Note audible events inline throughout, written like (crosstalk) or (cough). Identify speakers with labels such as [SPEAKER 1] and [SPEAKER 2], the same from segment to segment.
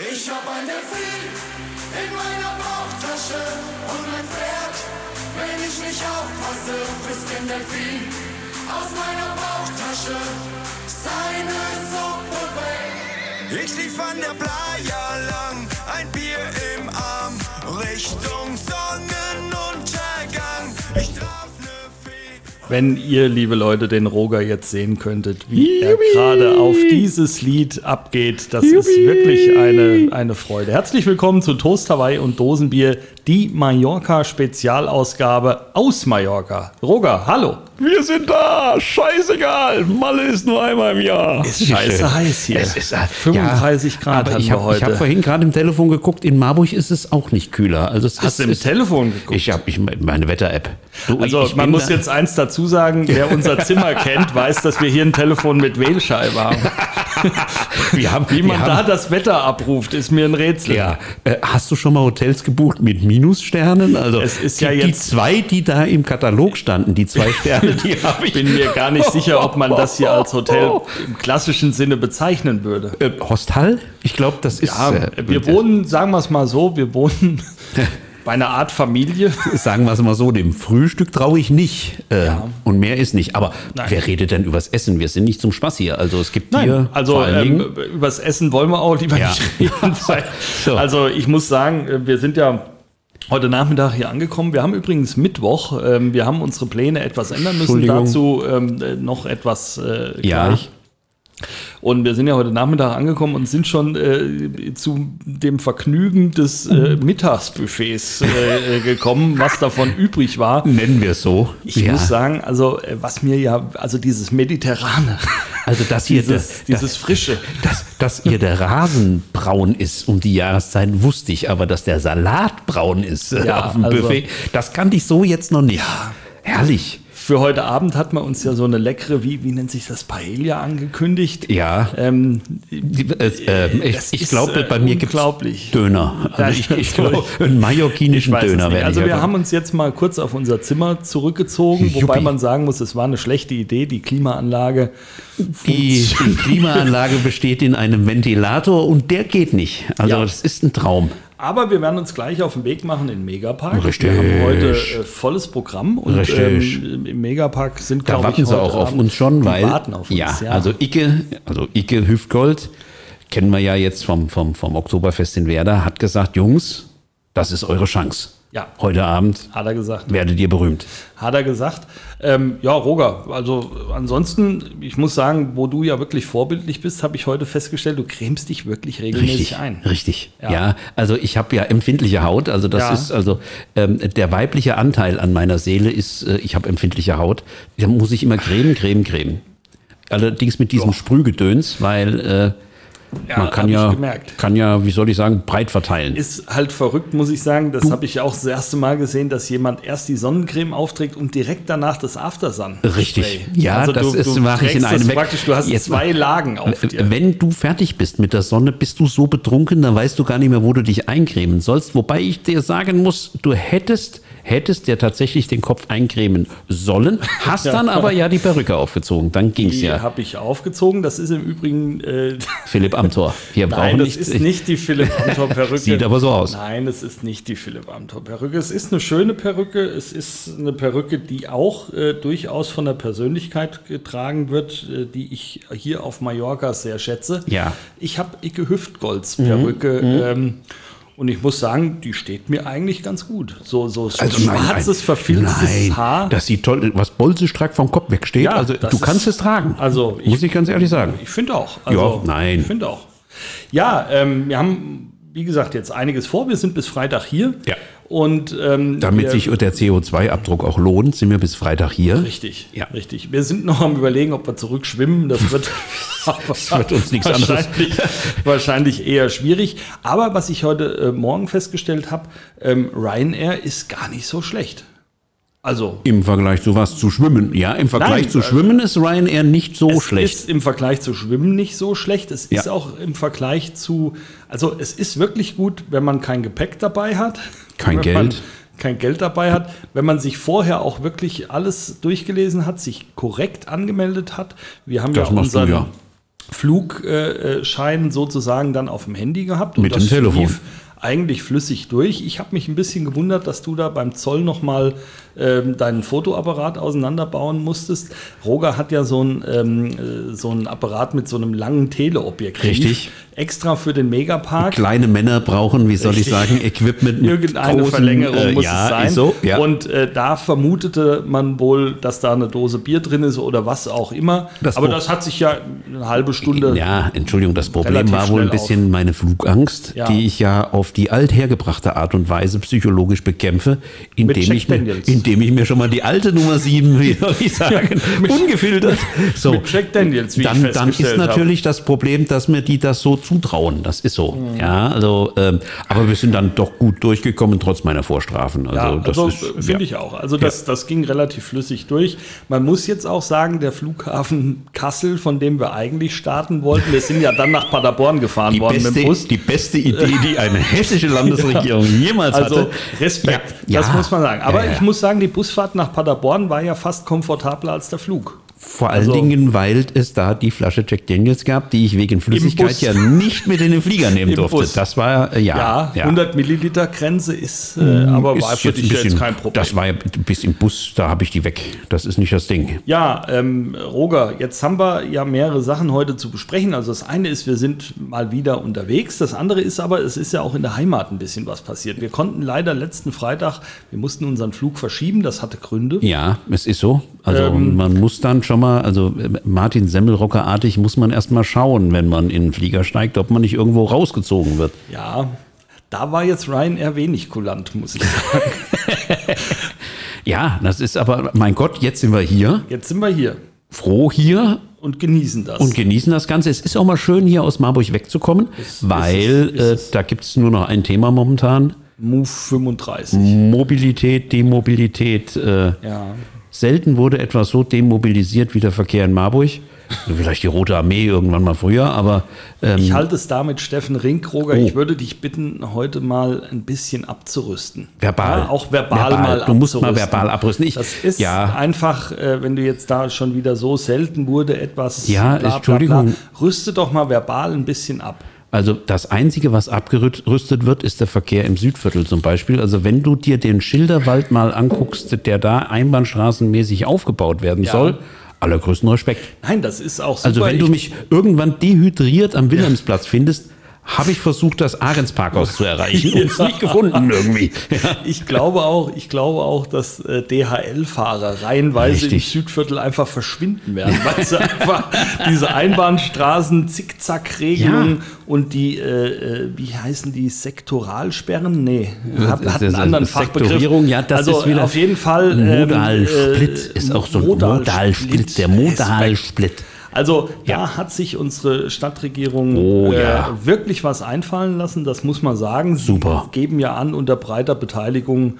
[SPEAKER 1] Ich hab ein Delfin in meiner Bauchtasche und mein Pferd, wenn ich nicht aufpasse, frisst den Delfin aus meiner Bauchtasche seine Suppe weg.
[SPEAKER 2] Ich lief an der Playa lang, ein Bier im Arm, Richtung Sonnenuntergang. Ich traf ne
[SPEAKER 3] wenn ihr, liebe Leute, den Roger jetzt sehen könntet, wie Jubi. er gerade auf dieses Lied abgeht, das Jubi. ist wirklich eine, eine Freude. Herzlich willkommen zu Toast Hawaii und Dosenbier, die Mallorca-Spezialausgabe aus Mallorca. Roger, hallo.
[SPEAKER 4] Wir sind da, scheißegal. Malle ist nur einmal im Jahr.
[SPEAKER 3] Ist scheiße heiß hier.
[SPEAKER 4] Es ist halt-
[SPEAKER 3] 35 ja, Grad haben
[SPEAKER 4] ich hab,
[SPEAKER 3] wir heute.
[SPEAKER 4] Ich habe vorhin gerade im Telefon geguckt, in Marburg ist es auch nicht kühler. Also es
[SPEAKER 3] Hast
[SPEAKER 4] ist,
[SPEAKER 3] du im
[SPEAKER 4] ist,
[SPEAKER 3] Telefon geguckt?
[SPEAKER 4] Ich habe meine Wetter-App.
[SPEAKER 3] Also man muss jetzt eins dazu sagen,
[SPEAKER 4] (laughs)
[SPEAKER 3] wer unser Zimmer kennt, weiß, dass wir hier ein Telefon mit Wählscheibe haben.
[SPEAKER 4] wir haben
[SPEAKER 3] Wie
[SPEAKER 4] wir
[SPEAKER 3] man
[SPEAKER 4] haben,
[SPEAKER 3] da das Wetter abruft, ist mir ein Rätsel.
[SPEAKER 4] ja, äh, hast du schon mal Hotels gebucht mit Minussternen? Also
[SPEAKER 3] Es ist
[SPEAKER 4] die,
[SPEAKER 3] ja
[SPEAKER 4] die
[SPEAKER 3] jetzt-
[SPEAKER 4] zwei, die da im Katalog standen, die zwei Sterne, (laughs) die habe ich.
[SPEAKER 3] Bin mir gar nicht sicher, ob man das hier
[SPEAKER 4] (laughs)
[SPEAKER 3] als Hotel im klassischen Sinne bezeichnen würde.
[SPEAKER 4] Äh, Hostal? Ich glaube, das ist.
[SPEAKER 3] Ja,
[SPEAKER 4] äh,
[SPEAKER 3] wir wohnen, sagen wir es mal so, wir wohnen (laughs) bei einer Art Familie.
[SPEAKER 4] Sagen wir es mal so, dem Frühstück traue ich nicht. Äh, Und mehr ist nicht. Aber wer redet denn übers Essen? Wir sind nicht zum Spaß hier. Also es gibt (laughs) hier
[SPEAKER 3] also
[SPEAKER 4] vor allen
[SPEAKER 3] ähm,
[SPEAKER 4] Dingen
[SPEAKER 3] übers Essen wollen wir auch lieber
[SPEAKER 4] Ja.
[SPEAKER 3] nicht
[SPEAKER 4] (laughs)
[SPEAKER 3] reden. Weil,
[SPEAKER 4] So.
[SPEAKER 3] Also ich muss sagen, äh, wir sind ja heute Nachmittag hier angekommen. Wir haben übrigens Mittwoch. Ähm, wir haben unsere Pläne etwas ändern müssen.
[SPEAKER 4] Entschuldigung.
[SPEAKER 3] Dazu ähm, äh, noch etwas äh,
[SPEAKER 4] Ja.
[SPEAKER 3] gleich. Und wir sind ja heute Nachmittag angekommen und sind schon äh, zu dem Vergnügen des äh,
[SPEAKER 4] Mhm.
[SPEAKER 3] Mittagsbuffets äh, äh, gekommen, was davon übrig
[SPEAKER 4] (laughs)
[SPEAKER 3] war.
[SPEAKER 4] nennen wir es so.
[SPEAKER 3] Ich muss sagen, also äh, was mir ja, also dieses
[SPEAKER 4] (laughs)
[SPEAKER 3] Mediterrane,
[SPEAKER 4] also dass hier
[SPEAKER 3] dieses,
[SPEAKER 4] der,
[SPEAKER 3] dieses Frische.
[SPEAKER 4] dass, dass ihr der Rasen braun ist um die Jahreszeit, wusste ich, aber dass der Salat braun ist äh,
[SPEAKER 3] Ja,
[SPEAKER 4] auf dem
[SPEAKER 3] also-
[SPEAKER 4] Buffet, das kannte ich so jetzt noch nicht. Herrlich.
[SPEAKER 3] Für heute Abend hat man uns ja so eine leckere, wie, wie nennt sich das, Paella angekündigt.
[SPEAKER 4] Ja.
[SPEAKER 3] Ähm,
[SPEAKER 4] Die- es, ähm, ich
[SPEAKER 3] das
[SPEAKER 4] ich
[SPEAKER 3] ist,
[SPEAKER 4] glaube,
[SPEAKER 3] äh,
[SPEAKER 4] bei mir gibt
[SPEAKER 3] unglaublich.
[SPEAKER 4] es Döner.
[SPEAKER 3] Ja,
[SPEAKER 4] Also ich, ich
[SPEAKER 3] ich- (laughs)
[SPEAKER 4] glaube, einen mallorquinischen
[SPEAKER 3] weiß es
[SPEAKER 4] Döner
[SPEAKER 3] nicht.
[SPEAKER 4] werde ich
[SPEAKER 3] Also wir
[SPEAKER 4] heute-
[SPEAKER 3] haben uns jetzt mal kurz auf unser Zimmer zurückgezogen, wobei
[SPEAKER 4] Juppie.
[SPEAKER 3] man sagen muss, es war eine schlechte Idee, die Klimaanlage.
[SPEAKER 4] Die, die (laughs) Klimaanlage besteht in einem Ventilator und der geht nicht. Also
[SPEAKER 3] Ja.
[SPEAKER 4] das ist ein Traum.
[SPEAKER 3] Aber wir werden uns gleich auf den Weg machen in den Megapark.
[SPEAKER 4] Richtig.
[SPEAKER 3] Wir haben heute äh, volles Programm und
[SPEAKER 4] Richtig.
[SPEAKER 3] Ähm, im Megapark sind,
[SPEAKER 4] Da
[SPEAKER 3] glaube ich,
[SPEAKER 4] warten sie
[SPEAKER 3] heute
[SPEAKER 4] auch auf
[SPEAKER 3] Abend-
[SPEAKER 4] uns schon,
[SPEAKER 3] die
[SPEAKER 4] weil
[SPEAKER 3] warten auf uns,
[SPEAKER 4] ja, also Icke, also Icke Hüftgold kennen wir ja jetzt vom vom vom Oktoberfest in Werder hat gesagt, Jungs, das ist eure Chance.
[SPEAKER 3] Ja.
[SPEAKER 4] Heute Abend
[SPEAKER 3] hat er gesagt. ne?
[SPEAKER 4] werdet ihr berühmt.
[SPEAKER 3] hat er gesagt. Ähm, ja, Roger, also ansonsten, ich muss sagen, wo du ja wirklich vorbildlich bist, habe ich heute festgestellt, du cremst dich wirklich regelmäßig
[SPEAKER 4] Richtig,
[SPEAKER 3] ein.
[SPEAKER 4] richtig.
[SPEAKER 3] Ja.
[SPEAKER 4] Ja. also ich habe ja empfindliche Haut. Also das
[SPEAKER 3] Ja.
[SPEAKER 4] ist also ähm, der weibliche Anteil an meiner Seele ist, äh, ich habe empfindliche Haut. Da muss ich immer cremen, cremen, cremen. Allerdings mit diesem Sprühgedöns, weil äh, man kann
[SPEAKER 3] Ah, hab
[SPEAKER 4] ja,
[SPEAKER 3] ich gemerkt.
[SPEAKER 4] kann ja, wie soll ich sagen, breit verteilen.
[SPEAKER 3] Ist halt verrückt, muss ich sagen. Das habe ich ja auch das erste Mal gesehen, dass jemand erst die Sonnencreme aufträgt und direkt danach das Aftersun.
[SPEAKER 4] Richtig. Ja,
[SPEAKER 3] also
[SPEAKER 4] das
[SPEAKER 3] du,
[SPEAKER 4] ist-
[SPEAKER 3] du
[SPEAKER 4] mache ich in
[SPEAKER 3] trägst das
[SPEAKER 4] einem weg.
[SPEAKER 3] praktisch, du hast
[SPEAKER 4] Jetzt-
[SPEAKER 3] zwei Lagen auf dir.
[SPEAKER 4] Äh, Wenn du fertig bist mit der Sonne, bist du so betrunken, dann weißt du gar nicht mehr, wo du dich eincremen sollst. Wobei ich dir sagen muss, du hättest, hättest dir tatsächlich den Kopf eincremen sollen,
[SPEAKER 3] (laughs)
[SPEAKER 4] hast dann aber ja die Perücke aufgezogen. Dann ging's
[SPEAKER 3] Die
[SPEAKER 4] ja.
[SPEAKER 3] habe ich aufgezogen. Das ist im Übrigen äh,
[SPEAKER 4] Philipp Amthor. Wir brauchen
[SPEAKER 3] Nein, das
[SPEAKER 4] nicht, äh,
[SPEAKER 3] ist nicht die
[SPEAKER 4] (laughs)
[SPEAKER 3] Philipp Amthor Perücke.
[SPEAKER 4] Sieht aber so aus.
[SPEAKER 3] Nein, das ist nicht die Philipp Amthor Perücke. Es ist eine schöne Perücke. Es ist eine Perücke, die auch äh, durchaus von der Persönlichkeit getragen wird, äh, die ich hier auf Mallorca sehr schätze.
[SPEAKER 4] Ja. Mhm,
[SPEAKER 3] Ich habe Icke Hüftgolds Perücke. Ähm, und ich muss sagen, die steht mir eigentlich ganz gut. So, so schwarzes, verfilztes
[SPEAKER 4] Also nein,
[SPEAKER 3] Haar.
[SPEAKER 4] Das sieht toll, was bolzenstrack vom Kopf wegsteht.
[SPEAKER 3] Ja,
[SPEAKER 4] also
[SPEAKER 3] das
[SPEAKER 4] du
[SPEAKER 3] ist-
[SPEAKER 4] kannst es tragen.
[SPEAKER 3] also ich-
[SPEAKER 4] muss ich ganz ehrlich sagen.
[SPEAKER 3] Ich finde auch. also
[SPEAKER 4] Ja, nein.
[SPEAKER 3] Ich finde auch. Ja, ähm, wir haben, wie gesagt, jetzt einiges vor. Wir sind bis Freitag hier.
[SPEAKER 4] Ja.
[SPEAKER 3] Und ähm,
[SPEAKER 4] Damit
[SPEAKER 3] wir,
[SPEAKER 4] sich der CO2-Abdruck auch lohnt, sind wir bis Freitag hier.
[SPEAKER 3] Richtig,
[SPEAKER 4] Ja.
[SPEAKER 3] richtig. Wir sind noch am überlegen, ob wir zurückschwimmen. Das
[SPEAKER 4] (laughs)
[SPEAKER 3] wird, das
[SPEAKER 4] wird uns nichts anderes.
[SPEAKER 3] wahrscheinlich, wahrscheinlich eher schwierig. Aber was ich heute äh, Morgen festgestellt habe, ähm, Ryanair ist gar nicht so schlecht. Also
[SPEAKER 4] Im Vergleich zu was? Zu schwimmen. Ja, im Vergleich
[SPEAKER 3] Nein,
[SPEAKER 4] zu
[SPEAKER 3] also-
[SPEAKER 4] schwimmen ist Ryanair nicht so
[SPEAKER 3] es
[SPEAKER 4] schlecht.
[SPEAKER 3] ist im Vergleich zu Schwimmen nicht so schlecht. Es ist
[SPEAKER 4] Ja.
[SPEAKER 3] auch im Vergleich zu, also es ist wirklich gut, wenn man kein Gepäck dabei hat.
[SPEAKER 4] Kein
[SPEAKER 3] wenn Man
[SPEAKER 4] Geld.
[SPEAKER 3] kein Geld dabei hat, wenn man sich vorher auch wirklich alles durchgelesen hat, sich korrekt angemeldet hat. Wir haben
[SPEAKER 4] Das
[SPEAKER 3] ja
[SPEAKER 4] machst du
[SPEAKER 3] unseren
[SPEAKER 4] ja.
[SPEAKER 3] Flugschein sozusagen dann auf dem Handy gehabt.
[SPEAKER 4] Mit dem Telefon.
[SPEAKER 3] eigentlich flüssig durch. Ich habe mich ein bisschen gewundert, dass du da beim Zoll nochmal ähm, deinen Fotoapparat auseinanderbauen musstest. Roger hat ja so ein ähm, äh, so ein Apparat mit so einem langen Teleobjektiv.
[SPEAKER 4] Richtig.
[SPEAKER 3] Extra für den Megapark.
[SPEAKER 4] Kleine Männer brauchen, wie soll ich
[SPEAKER 3] Richtig. (laughs)
[SPEAKER 4] sagen, Equipment mit
[SPEAKER 3] Irgendeine
[SPEAKER 4] großen,
[SPEAKER 3] Verlängerung
[SPEAKER 4] äh,
[SPEAKER 3] muss
[SPEAKER 4] ja,
[SPEAKER 3] es sein.
[SPEAKER 4] Ist so, ja.
[SPEAKER 3] Und äh, da vermutete man wohl, dass da eine Dose Bier drin ist oder was auch immer.
[SPEAKER 4] Das
[SPEAKER 3] Aber
[SPEAKER 4] Buch.
[SPEAKER 3] das hat sich ja eine halbe Stunde.
[SPEAKER 4] Ja, Entschuldigung, das Problem
[SPEAKER 3] äh, Relativ
[SPEAKER 4] war wohl ein
[SPEAKER 3] schnell
[SPEAKER 4] bisschen meine Flugangst,
[SPEAKER 3] Ja.
[SPEAKER 4] die ich ja auf die althergebrachte Art und Weise psychologisch bekämpfe, indem
[SPEAKER 3] Jack
[SPEAKER 4] ich, mir,
[SPEAKER 3] Daniels.
[SPEAKER 4] indem ich mir schon mal die alte Nummer 7, (laughs) wie soll ich sagen, ungefiltert. So.
[SPEAKER 3] Mit Jack Daniels, wie
[SPEAKER 4] dann,
[SPEAKER 3] ich
[SPEAKER 4] dann ist
[SPEAKER 3] festgestellt
[SPEAKER 4] natürlich das Problem, dass mir die das so zutrauen. Das ist so.
[SPEAKER 3] Mhm.
[SPEAKER 4] Ja, also, ähm, aber wir sind dann doch gut durchgekommen, trotz meiner Vorstrafen. Also,
[SPEAKER 3] Ja,
[SPEAKER 4] das
[SPEAKER 3] also
[SPEAKER 4] ist,
[SPEAKER 3] finde ich auch. Also das, das ging relativ flüssig durch. Man muss jetzt auch sagen, der Flughafen Kassel, von dem wir eigentlich starten wollten, wir sind ja dann nach Paderborn gefahren
[SPEAKER 4] die
[SPEAKER 3] worden
[SPEAKER 4] beste,
[SPEAKER 3] mit dem Bus.
[SPEAKER 4] die beste Idee, die eine
[SPEAKER 3] (laughs)
[SPEAKER 4] hessische Landesregierung jemals
[SPEAKER 3] Also
[SPEAKER 4] hatte.
[SPEAKER 3] Respekt,
[SPEAKER 4] Ja,
[SPEAKER 3] das
[SPEAKER 4] ja.
[SPEAKER 3] muss man sagen. Aber
[SPEAKER 4] Ja, ja.
[SPEAKER 3] ich muss sagen, die Busfahrt nach Paderborn war ja fast komfortabler als der Flug.
[SPEAKER 4] Vor allen
[SPEAKER 3] Also-
[SPEAKER 4] Dingen, weil es da die Flasche Jack Daniels gab, die ich wegen Flüssigkeit
[SPEAKER 3] Bus.
[SPEAKER 4] ja nicht mit in den Flieger nehmen
[SPEAKER 3] Im
[SPEAKER 4] durfte.
[SPEAKER 3] Bus.
[SPEAKER 4] Das war äh, ja, Mhm,
[SPEAKER 3] Ja, 100 Milliliter Grenze ist, äh, aber war für dich jetzt kein Problem.
[SPEAKER 4] Das war ja bis im Bus, da habe ich die weg. Das ist nicht das Ding.
[SPEAKER 3] Ja, ähm, Roger, jetzt haben wir ja mehrere Sachen heute zu besprechen. Also das eine ist, wir sind mal wieder unterwegs. Das andere ist aber, es ist ja auch in der Heimat ein bisschen was passiert. Wir konnten leider letzten Freitag, wir mussten unseren Flug verschieben, das hatte Gründe.
[SPEAKER 4] Ja, es ist so. Also
[SPEAKER 3] Ähm.
[SPEAKER 4] man muss dann schon mal, also äh, Martin Semmelrocker-artig muss man erst mal schauen, wenn man in den Flieger steigt, ob man nicht irgendwo rausgezogen wird.
[SPEAKER 3] Ja, da war jetzt Ryanair wenig kulant, muss ich sagen.
[SPEAKER 4] Ja, das ist aber, mein Gott, jetzt sind wir hier,
[SPEAKER 3] Jetzt sind wir hier
[SPEAKER 4] froh hier
[SPEAKER 3] und genießen das.
[SPEAKER 4] und genießen das Ganze. Es ist auch mal schön, hier aus Marburg wegzukommen, weil
[SPEAKER 3] ist es.
[SPEAKER 4] äh, da gibt es nur noch ein Thema momentan.
[SPEAKER 3] Move
[SPEAKER 4] Mm.
[SPEAKER 3] 35.
[SPEAKER 4] Mobilität, Demobilität. Äh,
[SPEAKER 3] Ja.
[SPEAKER 4] Selten wurde etwas so demobilisiert wie der Verkehr in Marburg. Vielleicht die Rote Armee irgendwann mal früher, aber ähm,
[SPEAKER 3] Ich halte es damit, Steffen Rink, Roger,
[SPEAKER 4] Oh.
[SPEAKER 3] ich würde dich bitten, heute mal ein bisschen abzurüsten.
[SPEAKER 4] verbal.
[SPEAKER 3] Ja, auch verbal, mal
[SPEAKER 4] Du musst mal
[SPEAKER 3] abzurüsten.
[SPEAKER 4] verbal abrüsten. Ich,
[SPEAKER 3] Das ist
[SPEAKER 4] ja,
[SPEAKER 3] einfach, äh, wenn du jetzt da schon wieder so selten wurde, etwas.
[SPEAKER 4] Ja, Entschuldigung.
[SPEAKER 3] Rüste doch mal verbal ein bisschen ab.
[SPEAKER 4] also das Einzige, was abgerüstet wird, ist der Verkehr im Südviertel zum Beispiel. Also wenn du dir den Schilderwald mal anguckst, der da einbahnstraßenmäßig aufgebaut werden soll, allergrößten Respekt.
[SPEAKER 3] Nein, das ist auch super.
[SPEAKER 4] Also wenn du
[SPEAKER 3] Ich-
[SPEAKER 4] mich irgendwann dehydriert am Wilhelmsplatz findest, habe ich versucht, das Ahrensparkhaus
[SPEAKER 3] (laughs)
[SPEAKER 4] zu erreichen und es nicht gefunden irgendwie.
[SPEAKER 3] ich glaube auch, ich glaube auch, dass äh, DHL-Fahrer reihenweise im
[SPEAKER 4] Richtig.
[SPEAKER 3] Südviertel einfach verschwinden werden, weil sie einfach diese Einbahnstraßen, Zickzack-Regelung
[SPEAKER 4] Ja.
[SPEAKER 3] und die, äh, äh, wie heißen die, Sektoralsperren? Nee, hat,
[SPEAKER 4] Äh, Das
[SPEAKER 3] hat
[SPEAKER 4] ist
[SPEAKER 3] einen
[SPEAKER 4] eine
[SPEAKER 3] anderen Fachbegriff.
[SPEAKER 4] Sektorierung, ja, das
[SPEAKER 3] also
[SPEAKER 4] ist wieder
[SPEAKER 3] auf jeden Fall. ähm,
[SPEAKER 4] Modalsplit
[SPEAKER 3] äh,
[SPEAKER 4] ist auch so ein Modalsplit, der Modalsplit.
[SPEAKER 3] also
[SPEAKER 4] Ja.
[SPEAKER 3] da hat sich unsere Stadtregierung
[SPEAKER 4] Oh, ja.
[SPEAKER 3] äh, wirklich was einfallen lassen, das muss man sagen. Sie
[SPEAKER 4] Super.
[SPEAKER 3] geben ja an unter breiter Beteiligung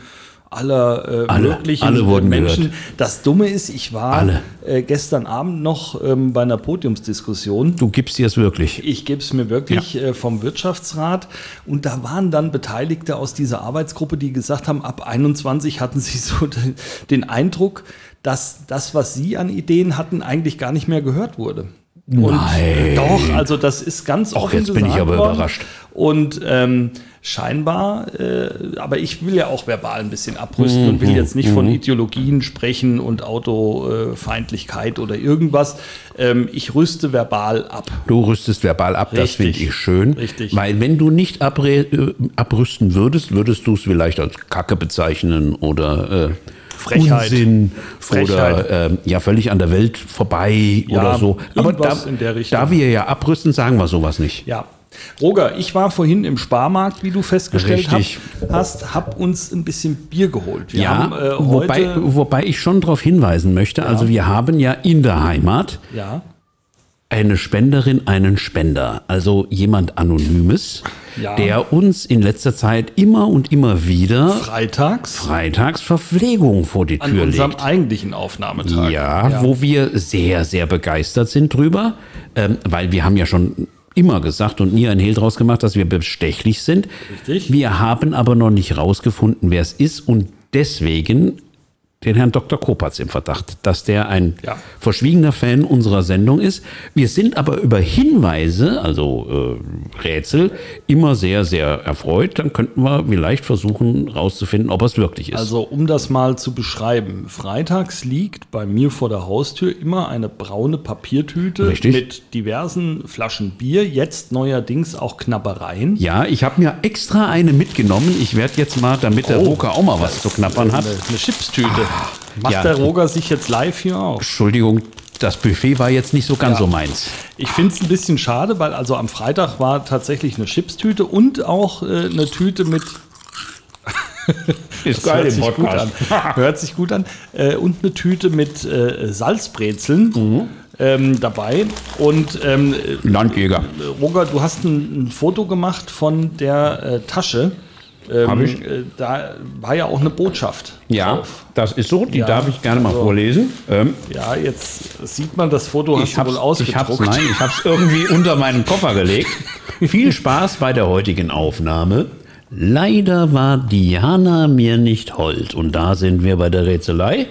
[SPEAKER 3] aller äh,
[SPEAKER 4] Alle.
[SPEAKER 3] möglichen
[SPEAKER 4] Alle wurden
[SPEAKER 3] Menschen.
[SPEAKER 4] gehört.
[SPEAKER 3] Das Dumme ist, ich war
[SPEAKER 4] Alle.
[SPEAKER 3] äh, gestern Abend noch ähm, bei einer Podiumsdiskussion.
[SPEAKER 4] Du gibst dir es wirklich.
[SPEAKER 3] Ich gebe es mir wirklich äh, vom Wirtschaftsrat. Und da waren dann Beteiligte aus dieser Arbeitsgruppe, die gesagt haben, ab 21 hatten sie (laughs) so den- den Eindruck, dass das, was sie an Ideen hatten, eigentlich gar nicht mehr gehört wurde. Und
[SPEAKER 4] Nein.
[SPEAKER 3] Doch, also das ist ganz offen
[SPEAKER 4] jetzt bin ich
[SPEAKER 3] gesagt
[SPEAKER 4] aber
[SPEAKER 3] worden.
[SPEAKER 4] überrascht.
[SPEAKER 3] Und ähm, scheinbar, äh, aber ich will ja auch verbal ein bisschen abrüsten und
[SPEAKER 4] Mhm.
[SPEAKER 3] will jetzt nicht von Ideologien sprechen und Autofeindlichkeit oder irgendwas. Ähm, ich rüste verbal ab.
[SPEAKER 4] Du rüstest verbal ab, das
[SPEAKER 3] Richtig.
[SPEAKER 4] finde ich schön.
[SPEAKER 3] Richtig.
[SPEAKER 4] Weil wenn du nicht abre äh, abrüsten würdest, würdest du es vielleicht als Kacke bezeichnen oder äh,
[SPEAKER 3] Frechheit.
[SPEAKER 4] Unsinn
[SPEAKER 3] Frechheit.
[SPEAKER 4] oder ähm, ja völlig an der Welt vorbei
[SPEAKER 3] Ja,
[SPEAKER 4] oder so. Aber da,
[SPEAKER 3] irgendwas in der Richtung.
[SPEAKER 4] da wir ja abrüsten, sagen wir sowas nicht.
[SPEAKER 3] Ja. Roger, ich war vorhin im Sparmarkt, wie du festgestellt
[SPEAKER 4] Richtig.
[SPEAKER 3] hab, hast, hab uns ein bisschen Bier geholt. Wir haben äh,
[SPEAKER 4] wobei,
[SPEAKER 3] heute
[SPEAKER 4] wobei ich schon darauf hinweisen möchte, also wir haben ja in der Heimat
[SPEAKER 3] ja,
[SPEAKER 4] eine Spenderin, einen Spender, also jemand Anonymes,
[SPEAKER 3] Ja.
[SPEAKER 4] der uns in letzter Zeit immer und immer wieder
[SPEAKER 3] freitags
[SPEAKER 4] freitags Verpflegung vor die
[SPEAKER 3] an
[SPEAKER 4] Tür
[SPEAKER 3] unserem
[SPEAKER 4] legt.
[SPEAKER 3] eigentlichen Aufnahmetag.
[SPEAKER 4] Ja, wo wir sehr, sehr begeistert sind drüber, ähm, weil wir haben ja schon immer gesagt und nie ein Hehl draus gemacht, dass wir bestechlich sind.
[SPEAKER 3] Richtig.
[SPEAKER 4] Wir haben aber noch nicht rausgefunden, wer es ist und deswegen den Herrn Dr. Kopatz im Verdacht, dass der ein
[SPEAKER 3] Ja.
[SPEAKER 4] verschwiegener Fan unserer Sendung ist. Wir sind aber über Hinweise, also äh, Rätsel, immer sehr, sehr erfreut. Dann könnten wir vielleicht versuchen, rauszufinden, ob es wirklich ist.
[SPEAKER 3] Also um das mal zu beschreiben, freitags liegt bei mir vor der Haustür immer eine braune Papiertüte
[SPEAKER 4] Richtig.
[SPEAKER 3] mit diversen Flaschen Bier, jetzt neuerdings auch Knappereien.
[SPEAKER 4] ja, ich habe mir extra eine mitgenommen. Ich werde jetzt mal, damit der Roker auch mal was zu knappern hat.
[SPEAKER 3] Eine, eine Chipstüte. Macht
[SPEAKER 4] Ah, ja.
[SPEAKER 3] der Roger sich jetzt live hier auf?
[SPEAKER 4] Entschuldigung, das Buffet war jetzt nicht so ganz so meins.
[SPEAKER 3] Ich finde es ein bisschen schade, weil also am Freitag war tatsächlich eine Chipstüte und auch äh, eine Tüte mit.
[SPEAKER 4] Ist
[SPEAKER 3] Das hört sich gut an. (laughs) Hört sich gut an. Äh, und eine Tüte mit äh, Salzbrezeln
[SPEAKER 4] Mhm.
[SPEAKER 3] ähm, dabei. Und ähm,
[SPEAKER 4] (laughs) Landjäger.
[SPEAKER 3] äh, Roger, du hast ein, ein Foto gemacht von der äh, Tasche. Ähm,
[SPEAKER 4] Hab ich.
[SPEAKER 3] Äh, da war ja auch eine Botschaft.
[SPEAKER 4] Ja,
[SPEAKER 3] drauf.
[SPEAKER 4] das ist so. Die
[SPEAKER 3] Ja,
[SPEAKER 4] darf ich gerne mal
[SPEAKER 3] also-
[SPEAKER 4] vorlesen. Ähm,
[SPEAKER 3] Ja, jetzt sieht man das Foto, hast
[SPEAKER 4] ich
[SPEAKER 3] du
[SPEAKER 4] hab's,
[SPEAKER 3] wohl
[SPEAKER 4] ich hab's,
[SPEAKER 3] ausgedruckt.
[SPEAKER 4] nein, ich hab's irgendwie unter meinen Koffer gelegt. Viel Spaß bei der heutigen Aufnahme. Leider war Diana mir nicht hold. Und da sind wir bei der Rätselei.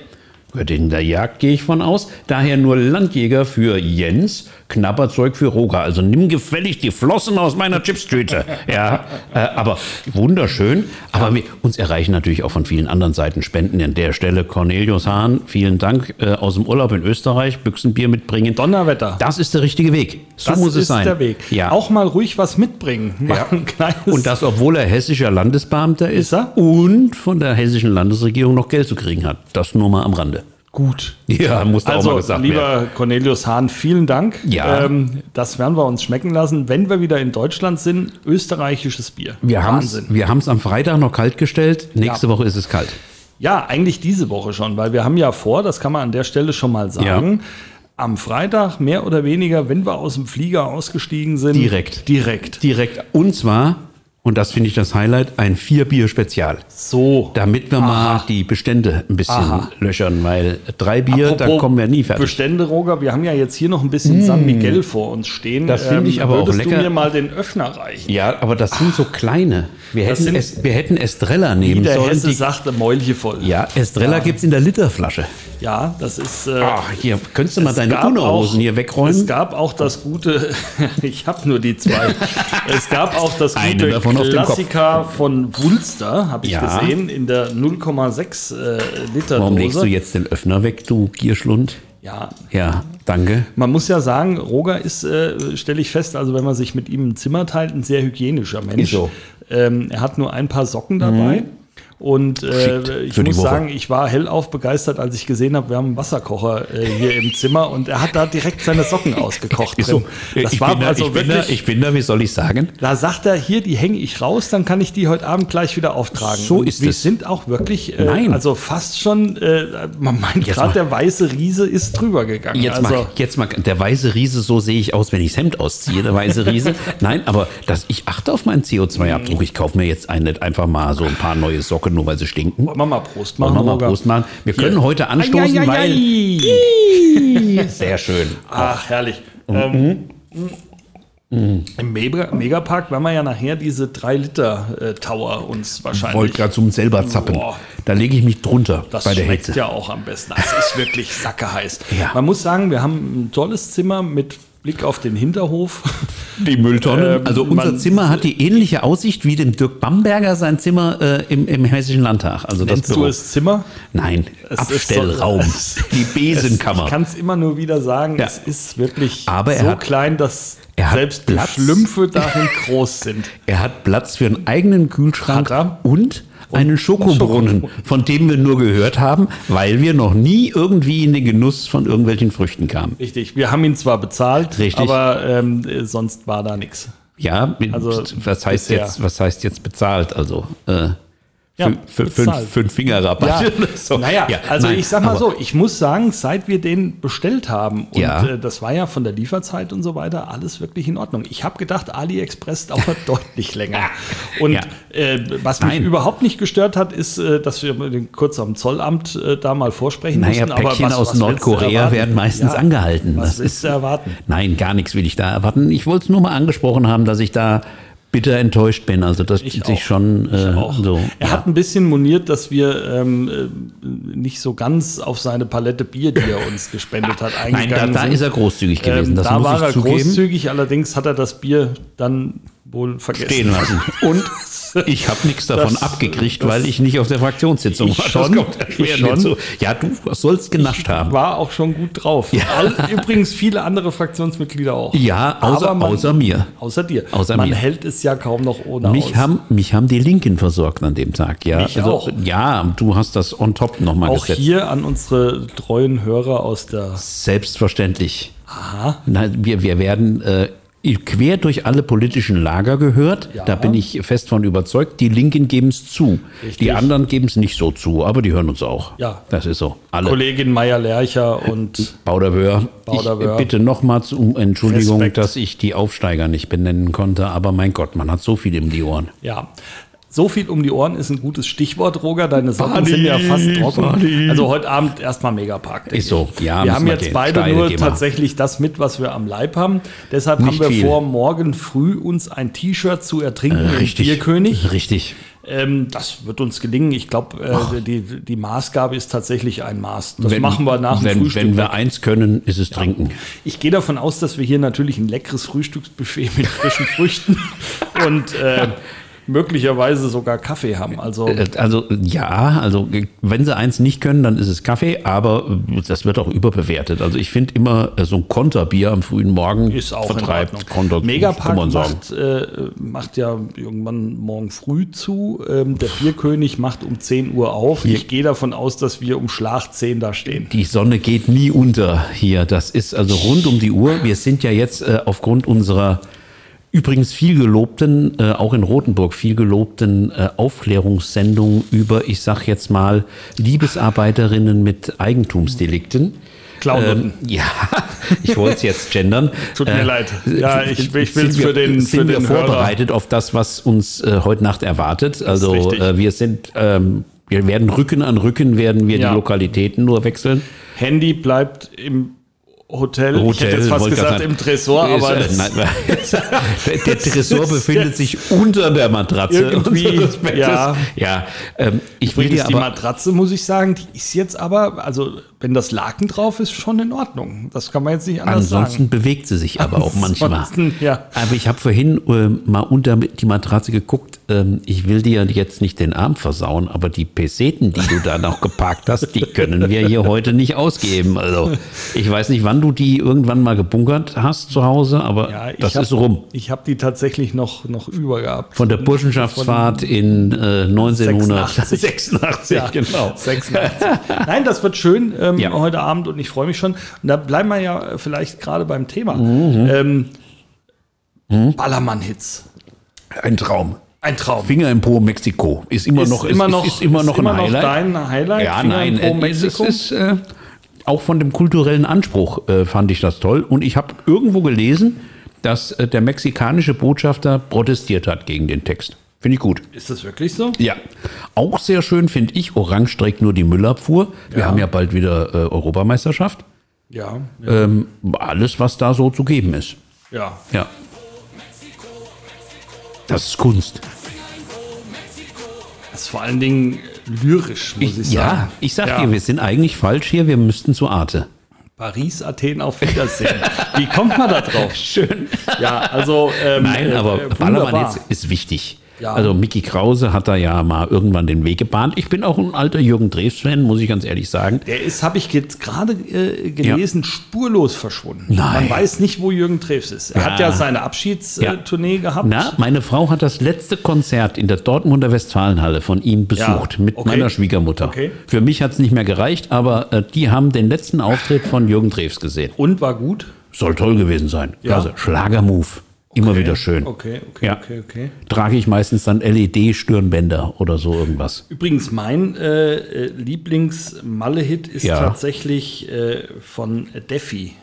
[SPEAKER 4] Göttin der Jagd gehe ich von aus. Daher nur Landjäger für Jens, Knapperzeug für Roger. Also nimm gefällig die Flossen aus meiner Chipstüte. Ja, äh, aber wunderschön. Aber wir, uns erreichen natürlich auch von vielen anderen Seiten Spenden. An der Stelle Cornelius Hahn, vielen Dank äh, aus dem Urlaub in Österreich. Büchsenbier mitbringen.
[SPEAKER 3] Donnerwetter.
[SPEAKER 4] Das ist der richtige Weg. So muss es
[SPEAKER 3] ist
[SPEAKER 4] sein.
[SPEAKER 3] der Weg.
[SPEAKER 4] Ja.
[SPEAKER 3] Auch mal ruhig was mitbringen. Mal
[SPEAKER 4] Ja.
[SPEAKER 3] (laughs) ein kleines-
[SPEAKER 4] und das, obwohl er hessischer Landesbeamter ist,
[SPEAKER 3] Ist er?
[SPEAKER 4] und von der hessischen Landesregierung noch Geld zu kriegen hat. Das nur mal am Rande.
[SPEAKER 3] gut.
[SPEAKER 4] Ja, muss da auch mal
[SPEAKER 3] Also,
[SPEAKER 4] gesagt
[SPEAKER 3] lieber
[SPEAKER 4] werden.
[SPEAKER 3] Cornelius Hahn, vielen Dank.
[SPEAKER 4] Ja.
[SPEAKER 3] Ähm, das werden wir uns schmecken lassen, wenn wir wieder in Deutschland sind. Österreichisches Bier.
[SPEAKER 4] Wir haben's,
[SPEAKER 3] Wahnsinn.
[SPEAKER 4] wir haben's am Freitag noch kalt gestellt. Nächste
[SPEAKER 3] Ja.
[SPEAKER 4] Woche ist es kalt.
[SPEAKER 3] Ja, eigentlich diese Woche schon, weil wir haben ja vor, das kann man an der Stelle schon mal sagen, am Freitag mehr oder weniger, wenn wir aus dem Flieger ausgestiegen sind.
[SPEAKER 4] Direkt.
[SPEAKER 3] Direkt.
[SPEAKER 4] Direkt. Und zwar, und das finde ich das Highlight, ein Vier-Bier-Spezial.
[SPEAKER 3] So.
[SPEAKER 4] Damit wir mal die Bestände ein bisschen löchern, weil drei Bier, da
[SPEAKER 3] Apropos
[SPEAKER 4] kommen wir nie fertig. Mm.
[SPEAKER 3] Bestände, Roger, wir haben ja jetzt hier noch ein bisschen San Miguel vor uns stehen. Ähm,
[SPEAKER 4] Das finde ich aber auch
[SPEAKER 3] würdest
[SPEAKER 4] lecker.
[SPEAKER 3] du mir mal den Öffner reichen?
[SPEAKER 4] Ja, aber das sind so kleine. Wir
[SPEAKER 3] Ah. Das
[SPEAKER 4] hätten,
[SPEAKER 3] sind-
[SPEAKER 4] es, wir hätten Estrella nehmen
[SPEAKER 3] Wie der
[SPEAKER 4] sollen.
[SPEAKER 3] Hesse
[SPEAKER 4] Die,
[SPEAKER 3] sagt, ein Mäulchen voll.
[SPEAKER 4] ja, Estrella gibt's in der Literflasche.
[SPEAKER 3] Ja, das ist... Äh,
[SPEAKER 4] Ach, hier, könntest du mal
[SPEAKER 3] es
[SPEAKER 4] deine
[SPEAKER 3] gab
[SPEAKER 4] Unohosen
[SPEAKER 3] auch-
[SPEAKER 4] hier
[SPEAKER 3] Es
[SPEAKER 4] wegräumen?
[SPEAKER 3] gab auch das gute, (laughs) ich habe nur die zwei. es gab auch das
[SPEAKER 4] Eine
[SPEAKER 3] gute
[SPEAKER 4] davon auf dem Kopf.
[SPEAKER 3] Klassiker von Wulster, habe ich
[SPEAKER 4] Ja.
[SPEAKER 3] gesehen, in der 0,6 äh, Liter
[SPEAKER 4] Warum
[SPEAKER 3] Dose.
[SPEAKER 4] legst du jetzt den Öffner weg, du Gierschlund?
[SPEAKER 3] Ja.
[SPEAKER 4] Ja, danke.
[SPEAKER 3] Man muss ja sagen, Roger ist, äh, stelle ich fest, also wenn man sich mit ihm ein Zimmer teilt, ein sehr hygienischer
[SPEAKER 4] Ist
[SPEAKER 3] Mensch.
[SPEAKER 4] so.
[SPEAKER 3] Ähm, er hat nur ein paar Socken dabei. Und
[SPEAKER 4] Schickt
[SPEAKER 3] äh, ich
[SPEAKER 4] für die
[SPEAKER 3] muss
[SPEAKER 4] Woche.
[SPEAKER 3] sagen, ich war hellauf begeistert, als ich gesehen habe, wir haben einen Wasserkocher äh, hier im Zimmer und er hat da direkt seine
[SPEAKER 4] (laughs)
[SPEAKER 3] Socken ausgekocht.
[SPEAKER 4] Ist
[SPEAKER 3] drin.
[SPEAKER 4] so.
[SPEAKER 3] Das
[SPEAKER 4] ich,
[SPEAKER 3] war
[SPEAKER 4] bin da,
[SPEAKER 3] also
[SPEAKER 4] ich, bin
[SPEAKER 3] wirklich.
[SPEAKER 4] da, ich bin da, wie soll ich sagen?
[SPEAKER 3] Da sagt er, hier, die hänge ich raus, dann kann ich die heute Abend gleich wieder auftragen.
[SPEAKER 4] So
[SPEAKER 3] Und
[SPEAKER 4] ist
[SPEAKER 3] wir
[SPEAKER 4] es.
[SPEAKER 3] sind auch wirklich, äh,
[SPEAKER 4] Nein.
[SPEAKER 3] also fast schon, äh, man meint
[SPEAKER 4] Jetzt
[SPEAKER 3] gerade,
[SPEAKER 4] mal-
[SPEAKER 3] der weiße Riese ist drüber gegangen.
[SPEAKER 4] Jetzt
[SPEAKER 3] also,
[SPEAKER 4] mal, jetzt mal, der weiße Riese, so sehe ich aus, wenn ich das Hemd ausziehe, der weiße (laughs) Riese. Nein, aber das, ich achte auf meinen CO2-Abdruck. Ich kaufe mir jetzt eine, einfach mal so ein paar neue Socken, nur weil sie stinken.
[SPEAKER 3] Wollen wir mal Prost
[SPEAKER 4] Wollen
[SPEAKER 3] machen?
[SPEAKER 4] wir mal
[SPEAKER 3] Roger?
[SPEAKER 4] Prost machen? Wir können heute anstoßen, weil...
[SPEAKER 3] Eieiei.
[SPEAKER 4] Sehr schön.
[SPEAKER 3] Ach, herrlich. Ähm,
[SPEAKER 4] Mhm.
[SPEAKER 3] Im Mega- Megapark werden wir ja nachher diese 3-Liter-Tower uns wahrscheinlich.
[SPEAKER 4] Wollte gerade zum selber zappen.
[SPEAKER 3] Boah.
[SPEAKER 4] Da lege ich mich drunter
[SPEAKER 3] Das
[SPEAKER 4] bei der
[SPEAKER 3] schmeckt
[SPEAKER 4] Hitze.
[SPEAKER 3] ja auch am besten. Das ist wirklich sackeheiß.
[SPEAKER 4] (laughs) Ja.
[SPEAKER 3] Man muss sagen, wir haben ein tolles Zimmer mit Blick auf den Hinterhof.
[SPEAKER 4] Die Mülltonne.
[SPEAKER 3] Ähm,
[SPEAKER 4] also unser
[SPEAKER 3] man-
[SPEAKER 4] Zimmer hat die ähnliche Aussicht wie dem Dirk Bamberger sein Zimmer äh, im, im Hessischen Landtag. Also (laughs) das
[SPEAKER 3] Nennst
[SPEAKER 4] Büro.
[SPEAKER 3] du es Zimmer?
[SPEAKER 4] Nein,
[SPEAKER 3] (laughs) Es ist so-
[SPEAKER 4] Abstellraum. die Besenkammer.
[SPEAKER 3] Ich kann es immer nur wieder sagen,
[SPEAKER 4] Ja.
[SPEAKER 3] es ist wirklich
[SPEAKER 4] Aber er
[SPEAKER 3] so
[SPEAKER 4] hat-
[SPEAKER 3] klein, dass
[SPEAKER 4] er hat
[SPEAKER 3] selbst die
[SPEAKER 4] Platz.
[SPEAKER 3] Schlümpfe darin
[SPEAKER 4] (laughs)
[SPEAKER 3] groß sind.
[SPEAKER 4] er hat Platz für einen eigenen Kühlschrank
[SPEAKER 3] Hat
[SPEAKER 4] und einen Schokobrunnen, von dem wir nur gehört haben, weil wir noch nie irgendwie in den Genuss von irgendwelchen Früchten kamen.
[SPEAKER 3] Richtig, wir haben ihn zwar bezahlt,
[SPEAKER 4] Richtig.
[SPEAKER 3] aber ähm, äh, sonst war da nichts.
[SPEAKER 4] Ja,
[SPEAKER 3] Also,
[SPEAKER 4] was heißt
[SPEAKER 3] bisher.
[SPEAKER 4] jetzt, was heißt jetzt bezahlt? Also äh,
[SPEAKER 3] Ja,
[SPEAKER 4] fün- fünf,
[SPEAKER 3] bezahlt.
[SPEAKER 4] fünf
[SPEAKER 3] (laughs)
[SPEAKER 4] Finger Rabatt.
[SPEAKER 3] Ja.
[SPEAKER 4] oder so.
[SPEAKER 3] Naja,
[SPEAKER 4] Ja,
[SPEAKER 3] also
[SPEAKER 4] nein,
[SPEAKER 3] ich sag mal
[SPEAKER 4] aber-
[SPEAKER 3] so, ich muss sagen, seit wir den bestellt haben, und
[SPEAKER 4] Ja.
[SPEAKER 3] äh, das war ja von der Lieferzeit und so weiter, alles wirklich in Ordnung. Ich habe gedacht, AliExpress (laughs) dauert deutlich länger. Und
[SPEAKER 4] Ja.
[SPEAKER 3] äh, was mich
[SPEAKER 4] Nein.
[SPEAKER 3] überhaupt nicht gestört hat, ist, äh, dass wir mit den- kurz am Zollamt äh, da mal vorsprechen
[SPEAKER 4] Naja,
[SPEAKER 3] mussten. Aber
[SPEAKER 4] Päckchen
[SPEAKER 3] was,
[SPEAKER 4] aus
[SPEAKER 3] was willst du
[SPEAKER 4] Nordkorea
[SPEAKER 3] erwarten?
[SPEAKER 4] werden meistens
[SPEAKER 3] Ja,
[SPEAKER 4] angehalten.
[SPEAKER 3] Was
[SPEAKER 4] Das
[SPEAKER 3] willst
[SPEAKER 4] ist
[SPEAKER 3] du erwarten?
[SPEAKER 4] Nein, gar nichts will ich da erwarten. Ich wollte es nur mal angesprochen haben, dass ich da bitter enttäuscht bin. Also das
[SPEAKER 3] Ich
[SPEAKER 4] zieht
[SPEAKER 3] auch.
[SPEAKER 4] sich schon äh,
[SPEAKER 3] Ich auch.
[SPEAKER 4] so.
[SPEAKER 3] er hat ein bisschen moniert, dass wir ähm, äh, nicht so ganz auf seine Palette Bier, die er uns gespendet hat,
[SPEAKER 4] (laughs) Nein, da,
[SPEAKER 3] eingegangen
[SPEAKER 4] da
[SPEAKER 3] sind.
[SPEAKER 4] ist er großzügig gewesen.
[SPEAKER 3] Ähm,
[SPEAKER 4] das
[SPEAKER 3] da
[SPEAKER 4] muss
[SPEAKER 3] war
[SPEAKER 4] ich
[SPEAKER 3] er
[SPEAKER 4] zugeben.
[SPEAKER 3] großzügig, allerdings hat er das Bier dann wohl vergessen. (laughs)
[SPEAKER 4] stehen lassen. (laughs) Und ich habe nichts davon
[SPEAKER 3] Das-
[SPEAKER 4] abgekriegt,
[SPEAKER 3] das-
[SPEAKER 4] weil ich nicht auf der Fraktionssitzung
[SPEAKER 3] Ich
[SPEAKER 4] war. Das
[SPEAKER 3] schon,
[SPEAKER 4] kommt ja
[SPEAKER 3] ich
[SPEAKER 4] schwer
[SPEAKER 3] schon.
[SPEAKER 4] mit so. Ja, du sollst genascht haben.
[SPEAKER 3] War auch schon gut drauf. All, übrigens viele andere Fraktionsmitglieder auch.
[SPEAKER 4] Ja, außer,
[SPEAKER 3] Aber man-
[SPEAKER 4] außer mir.
[SPEAKER 3] Außer dir.
[SPEAKER 4] Außer
[SPEAKER 3] man
[SPEAKER 4] mir.
[SPEAKER 3] hält es ja kaum noch ohne aus.
[SPEAKER 4] Mich haben, mich haben die Linken versorgt an dem Tag, ja. Also,
[SPEAKER 3] Mich auch.
[SPEAKER 4] Ja, du hast das on top nochmal
[SPEAKER 3] auch
[SPEAKER 4] gesetzt.
[SPEAKER 3] hier an unsere treuen Hörer aus der
[SPEAKER 4] Selbstverständlich. Aha. Nein, wir, wir werden äh, quer durch alle politischen Lager gehört. Da bin ich fest von überzeugt. Die Linken geben es zu. Die anderen geben es nicht so zu, aber die hören uns auch.
[SPEAKER 3] Ja.
[SPEAKER 4] Das ist so. Alle.
[SPEAKER 3] Kollegin Meier-Lercher
[SPEAKER 4] Äh,
[SPEAKER 3] und
[SPEAKER 4] Bauderwöhr.
[SPEAKER 3] Bauderwöhr.
[SPEAKER 4] Ich bitte nochmals um Entschuldigung,
[SPEAKER 3] Respekt.
[SPEAKER 4] dass ich die Aufsteiger nicht benennen konnte, aber mein Gott, man hat so viel um die Ohren.
[SPEAKER 3] Ja. So viel um die Ohren ist ein gutes Stichwort, Roger. Deine Socken
[SPEAKER 4] Party,
[SPEAKER 3] sind ja fast trocken.
[SPEAKER 4] Party.
[SPEAKER 3] Also heute Abend erstmal Megapark. denke
[SPEAKER 4] Ist so.
[SPEAKER 3] ich.
[SPEAKER 4] Ja,
[SPEAKER 3] wir
[SPEAKER 4] müssen
[SPEAKER 3] haben
[SPEAKER 4] wir
[SPEAKER 3] jetzt
[SPEAKER 4] gehen.
[SPEAKER 3] beide
[SPEAKER 4] Steil
[SPEAKER 3] nur
[SPEAKER 4] gehen wir.
[SPEAKER 3] tatsächlich das mit, was wir am Leib haben. Deshalb
[SPEAKER 4] Nicht
[SPEAKER 3] haben wir
[SPEAKER 4] viel.
[SPEAKER 3] vor, morgen früh uns ein T-Shirt zu ertrinken im
[SPEAKER 4] Richtig.
[SPEAKER 3] Bierkönig.
[SPEAKER 4] Richtig.
[SPEAKER 3] Ähm, das wird uns gelingen. Ich glaube, äh, die, die Maßgabe ist tatsächlich ein Maß. Das
[SPEAKER 4] Wenn-
[SPEAKER 3] machen wir nach dem
[SPEAKER 4] wenn,
[SPEAKER 3] Frühstück.
[SPEAKER 4] Wenn wir eins können, ist es trinken.
[SPEAKER 3] Ich gehe davon aus, dass wir hier natürlich ein leckeres Frühstücksbuffet mit frischen Früchten
[SPEAKER 4] (laughs)
[SPEAKER 3] und äh, möglicherweise sogar Kaffee haben. Also
[SPEAKER 4] Äh, Also ja, also äh, wenn sie eins nicht können, dann ist es Kaffee, aber äh, das wird auch überbewertet. Also ich finde immer äh, so ein Konterbier am frühen Morgen
[SPEAKER 3] ist auch
[SPEAKER 4] vertreibt
[SPEAKER 3] in Ordnung.
[SPEAKER 4] Konter,
[SPEAKER 3] Megapark
[SPEAKER 4] kann man sagen.
[SPEAKER 3] macht, äh, macht ja irgendwann morgen früh zu. Ähm, der Bierkönig macht um 10 Uhr auf. Ich gehe davon aus, dass wir um Schlag 10 da stehen.
[SPEAKER 4] Die Sonne geht nie unter hier. Das ist also rund um die Uhr. Wir sind ja jetzt äh, aufgrund unserer übrigens viel gelobten, äh, auch in Rothenburg viel gelobten äh, Aufklärungssendung über, ich sag jetzt mal, Liebesarbeiterinnen mit Eigentumsdelikten.
[SPEAKER 3] Clownutten.
[SPEAKER 4] Ähm, ja, (laughs) ich wollte es jetzt gendern. Äh,
[SPEAKER 3] Tut mir leid. Ja, ich- ich will's
[SPEAKER 4] Sind wir-
[SPEAKER 3] für den-
[SPEAKER 4] Sind
[SPEAKER 3] für
[SPEAKER 4] wir
[SPEAKER 3] den Hörer.
[SPEAKER 4] vorbereitet auf das, was uns äh, heute Nacht erwartet? Also
[SPEAKER 3] richtig.
[SPEAKER 4] äh, wir sind, ähm, wir werden Rücken an Rücken werden wir
[SPEAKER 3] Ja.
[SPEAKER 4] die Lokalitäten nur wechseln.
[SPEAKER 3] Handy bleibt im Hotel. ich hätte jetzt fast
[SPEAKER 4] wollte
[SPEAKER 3] gesagt
[SPEAKER 4] gerade
[SPEAKER 3] im Tresor,
[SPEAKER 4] sagen.
[SPEAKER 3] aber
[SPEAKER 4] Ist, äh,
[SPEAKER 3] das
[SPEAKER 4] nein, (laughs) der,
[SPEAKER 3] (laughs)
[SPEAKER 4] der Tresor
[SPEAKER 3] ist
[SPEAKER 4] befindet
[SPEAKER 3] jetzt
[SPEAKER 4] sich unter der Matratze.
[SPEAKER 3] irgendwie,
[SPEAKER 4] unseres Bettes.
[SPEAKER 3] ja.
[SPEAKER 4] ja ähm, ich will
[SPEAKER 3] Übrigens,
[SPEAKER 4] dir
[SPEAKER 3] die
[SPEAKER 4] aber
[SPEAKER 3] Matratze, muss ich sagen, die ist jetzt aber, also wenn das Laken drauf ist, schon in Ordnung. Das kann man jetzt nicht anders
[SPEAKER 4] Ansonsten bewegt sie sich aber auch manchmal.
[SPEAKER 3] Ansonsten, ja.
[SPEAKER 4] Aber ich habe vorhin ähm, mal unter die Matratze geguckt. Ähm, ich will dir jetzt nicht den Arm versauen, aber die Peseten, die du da (laughs) noch geparkt hast, die können wir hier heute nicht ausgeben. Also ich weiß nicht, wann du die irgendwann mal gebunkert hast zu Hause, aber
[SPEAKER 3] sagen. ich
[SPEAKER 4] das
[SPEAKER 3] hab-
[SPEAKER 4] ist rum.
[SPEAKER 3] Ich habe die tatsächlich noch, noch über gehabt.
[SPEAKER 4] Von der Burschenschaftsfahrt in äh, 1986. (laughs)
[SPEAKER 3] 86, (laughs) ja,
[SPEAKER 4] genau.
[SPEAKER 3] 86. Nein, das wird schön ähm,
[SPEAKER 4] Ja.
[SPEAKER 3] heute Abend und ich freue mich schon. Und da bleiben wir ja äh, vielleicht gerade beim Thema.
[SPEAKER 4] Mhm.
[SPEAKER 3] Ähm, Ballermann-Hits.
[SPEAKER 4] Ein Traum.
[SPEAKER 3] Ein Traum.
[SPEAKER 4] Finger im Po Mexiko ist immer noch, ist, ist, ist immer noch ein Highlight.
[SPEAKER 3] dein Highlight.
[SPEAKER 4] ja,
[SPEAKER 3] Finger
[SPEAKER 4] nein,
[SPEAKER 3] im Po
[SPEAKER 4] es ist,
[SPEAKER 3] Mexiko?
[SPEAKER 4] es ist äh, auch von dem kulturellen Anspruch äh, fand ich das toll. Und ich habe irgendwo gelesen, dass äh, der mexikanische Botschafter protestiert hat gegen den Text. Finde ich gut.
[SPEAKER 3] ist das wirklich so?
[SPEAKER 4] Ja. Auch sehr schön finde ich, Orange trägt nur die Müllabfuhr. Wir haben ja bald wieder äh, Europameisterschaft.
[SPEAKER 3] Ja. Ja.
[SPEAKER 4] Ähm, alles, was da so zu geben ist.
[SPEAKER 3] ja.
[SPEAKER 4] Ja. Das ist Kunst.
[SPEAKER 3] Das ist vor allen Dingen lyrisch, muss ich, sagen.
[SPEAKER 4] Ja, ich sag
[SPEAKER 3] Ja.
[SPEAKER 4] dir, wir sind eigentlich falsch hier, wir müssten zu Arte.
[SPEAKER 3] Paris, Athen auf Wiedersehen. Wie kommt man da drauf?
[SPEAKER 4] Schön.
[SPEAKER 3] Ja, also. ähm,
[SPEAKER 4] Nein,
[SPEAKER 3] äh,
[SPEAKER 4] aber
[SPEAKER 3] äh,
[SPEAKER 4] Ballermann
[SPEAKER 3] wunderbar.
[SPEAKER 4] jetzt ist wichtig.
[SPEAKER 3] Ja.
[SPEAKER 4] Also Mickey Krause hat da ja mal irgendwann den Weg gebahnt. Ich bin auch ein alter Jürgen Drews-Fan, muss ich ganz ehrlich sagen.
[SPEAKER 3] Der ist, habe ich jetzt gerade äh, gelesen, spurlos verschwunden.
[SPEAKER 4] Nein.
[SPEAKER 3] Man weiß nicht, wo Jürgen Treves ist. Er hat
[SPEAKER 4] Ja.
[SPEAKER 3] ja seine Abschiedstournee gehabt.
[SPEAKER 4] Na, meine Frau hat das letzte Konzert in der Dortmunder Westfalenhalle von ihm besucht mit
[SPEAKER 3] okay.
[SPEAKER 4] meiner Schwiegermutter.
[SPEAKER 3] Okay.
[SPEAKER 4] Für mich hat es nicht mehr gereicht, aber äh, die haben den letzten Auftritt von Jürgen Drews gesehen.
[SPEAKER 3] Und war gut.
[SPEAKER 4] Soll toll gewesen sein.
[SPEAKER 3] Ja.
[SPEAKER 4] Also Schlagermove. Immer wieder schön.
[SPEAKER 3] Okay, okay,
[SPEAKER 4] Ja.
[SPEAKER 3] okay, okay.
[SPEAKER 4] Trage ich meistens dann LED-Stirnbänder oder so irgendwas.
[SPEAKER 3] Übrigens, mein äh, äh, Lieblings-Malle-Hit ist
[SPEAKER 4] Ja.
[SPEAKER 3] tatsächlich äh, von Deffi.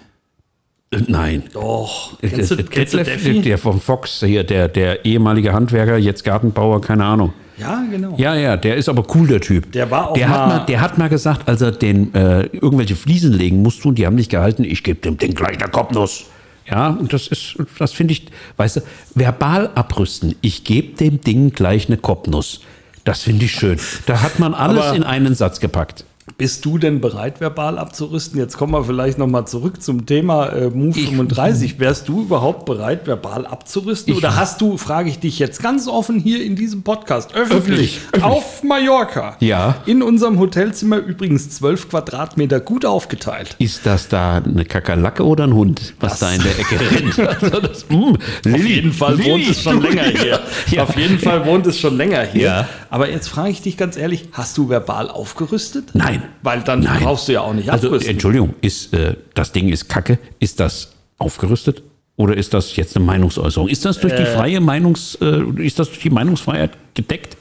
[SPEAKER 4] Äh, Nein.
[SPEAKER 3] Doch. Kennst du,
[SPEAKER 4] Äh,
[SPEAKER 3] kennst du
[SPEAKER 4] Detlef,
[SPEAKER 3] Deffi?
[SPEAKER 4] Der vom Fox hier, der, der ehemalige Handwerker, jetzt Gartenbauer, keine Ahnung.
[SPEAKER 3] Ja, genau.
[SPEAKER 4] Ja, ja, der ist aber cool, der Typ.
[SPEAKER 3] Der war auch
[SPEAKER 4] der hat
[SPEAKER 3] mal-
[SPEAKER 4] mal. Der hat mal gesagt, als er den äh, irgendwelche Fliesen legen musste und die haben nicht gehalten, ich gebe dem Ding gleich eine Kopfnuss. Ja, und das ist, das finde ich, weißt du, verbal abrüsten. Ich gebe dem Ding gleich eine Kopfnuss. Das finde ich schön. Da hat man alles
[SPEAKER 3] Aber-
[SPEAKER 4] in einen Satz gepackt.
[SPEAKER 3] Bist du denn bereit, verbal abzurüsten? Jetzt kommen wir vielleicht nochmal zurück zum Thema äh, Move
[SPEAKER 4] Ich-
[SPEAKER 3] 35. Wärst du überhaupt bereit, verbal abzurüsten?
[SPEAKER 4] Ich-
[SPEAKER 3] Oder hast du, frage ich dich jetzt ganz offen hier in diesem Podcast, öffentlich,
[SPEAKER 4] Öffentlich, öffentlich.
[SPEAKER 3] auf Mallorca,
[SPEAKER 4] Ja.
[SPEAKER 3] in unserem Hotelzimmer übrigens 12 Quadratmeter gut aufgeteilt.
[SPEAKER 4] Ist das da eine Kakerlake oder ein Hund, was da in der (laughs) Ecke rennt? Also das, mm, Lilly, Lilly, du- Ja,
[SPEAKER 3] Auf jeden Fall wohnt es schon länger hier.
[SPEAKER 4] Ja.
[SPEAKER 3] Aber jetzt frage ich dich ganz ehrlich, hast du verbal aufgerüstet?
[SPEAKER 4] Nein.
[SPEAKER 3] Weil dann
[SPEAKER 4] Nein.
[SPEAKER 3] brauchst du ja auch nicht
[SPEAKER 4] Also, Entschuldigung, ist, äh, das Ding ist kacke. Ist das aufgerüstet? Oder ist das jetzt eine Meinungsäußerung? Ist das durch die freie Meinungs, äh, ist das durch die Meinungsfreiheit gedeckt?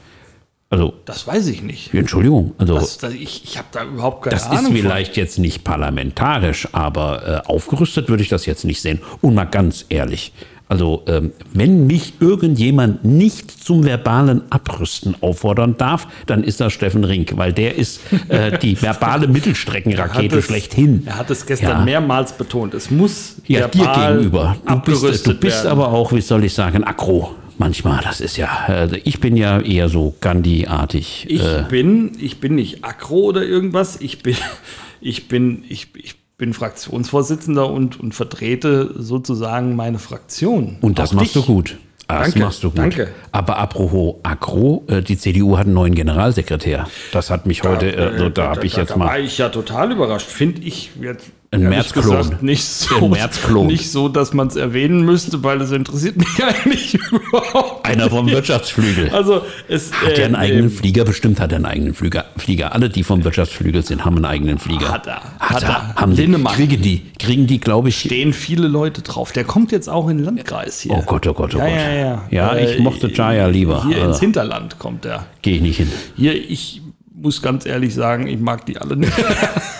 [SPEAKER 4] Also,
[SPEAKER 3] das weiß ich nicht.
[SPEAKER 4] Entschuldigung, also
[SPEAKER 3] Das, das, ich ich habe da überhaupt keine
[SPEAKER 4] das ist
[SPEAKER 3] Ahnung. von.
[SPEAKER 4] vielleicht jetzt nicht parlamentarisch, aber äh, aufgerüstet würde ich das jetzt nicht sehen. Und mal ganz ehrlich, also ähm, wenn mich irgendjemand nicht zum verbalen Abrüsten auffordern darf, dann ist das Steffen Rink, weil der ist
[SPEAKER 3] (laughs)
[SPEAKER 4] äh, die verbale
[SPEAKER 3] Er hat
[SPEAKER 4] Mittelstreckenrakete
[SPEAKER 3] es-
[SPEAKER 4] schlechthin.
[SPEAKER 3] Er hat es gestern
[SPEAKER 4] Ja.
[SPEAKER 3] mehrmals betont. Es muss
[SPEAKER 4] Ja, dir
[SPEAKER 3] verbal
[SPEAKER 4] gegenüber. Du bist,
[SPEAKER 3] abgerüstet
[SPEAKER 4] du bist
[SPEAKER 3] werden.
[SPEAKER 4] aber auch, wie soll ich sagen, aggro. Manchmal, das ist ja, äh, ich bin ja eher so Gandhi-artig.
[SPEAKER 3] Ich bin, ich bin nicht aggro oder irgendwas. Ich bin, (laughs) ich bin, ich, ich bin Fraktionsvorsitzender und, und vertrete sozusagen meine Fraktion.
[SPEAKER 4] Und das
[SPEAKER 3] Auch
[SPEAKER 4] machst
[SPEAKER 3] dich.
[SPEAKER 4] du gut. Das
[SPEAKER 3] Danke,
[SPEAKER 4] machst du gut.
[SPEAKER 3] danke.
[SPEAKER 4] Aber apropos Agro, äh, die CDU hat einen neuen Generalsekretär. Das hat mich heute,
[SPEAKER 3] Da,
[SPEAKER 4] äh, so, da habe ich
[SPEAKER 3] da,
[SPEAKER 4] jetzt
[SPEAKER 3] da war
[SPEAKER 4] mal.
[SPEAKER 3] ich ja total überrascht. Finde ich jetzt
[SPEAKER 4] Ein
[SPEAKER 3] ehrlich
[SPEAKER 4] Merz-Klon.
[SPEAKER 3] gesagt nicht so,
[SPEAKER 4] Ein Merz-Klon.
[SPEAKER 3] nicht so, dass man es erwähnen müsste, weil es interessiert (laughs) mich eigentlich überhaupt.
[SPEAKER 4] Einer vom Wirtschaftsflügel.
[SPEAKER 3] Also es äh,
[SPEAKER 4] Hat er einen
[SPEAKER 3] ähm,
[SPEAKER 4] eigenen Flieger? Bestimmt hat er einen eigenen Flieger. Flieger. Alle, die vom Wirtschaftsflügel sind, haben einen eigenen Flieger.
[SPEAKER 3] Hat er. Hat
[SPEAKER 4] Hat
[SPEAKER 3] er.
[SPEAKER 4] er. Haben die.
[SPEAKER 3] Linnemann.
[SPEAKER 4] Kriegen die, kriegen die glaube ich,
[SPEAKER 3] stehen viele Leute drauf. Der kommt jetzt auch in den Landkreis hier.
[SPEAKER 4] Oh Gott, oh Gott, oh
[SPEAKER 3] ja,
[SPEAKER 4] Gott.
[SPEAKER 3] Ja, ja. Äh,
[SPEAKER 4] Ja, ich mochte Jaya lieber.
[SPEAKER 3] Hier
[SPEAKER 4] Also.
[SPEAKER 3] ins Hinterland kommt er.
[SPEAKER 4] gehe ich nicht hin.
[SPEAKER 3] Hier, ich muss ganz ehrlich sagen, ich mag die alle nicht. (laughs)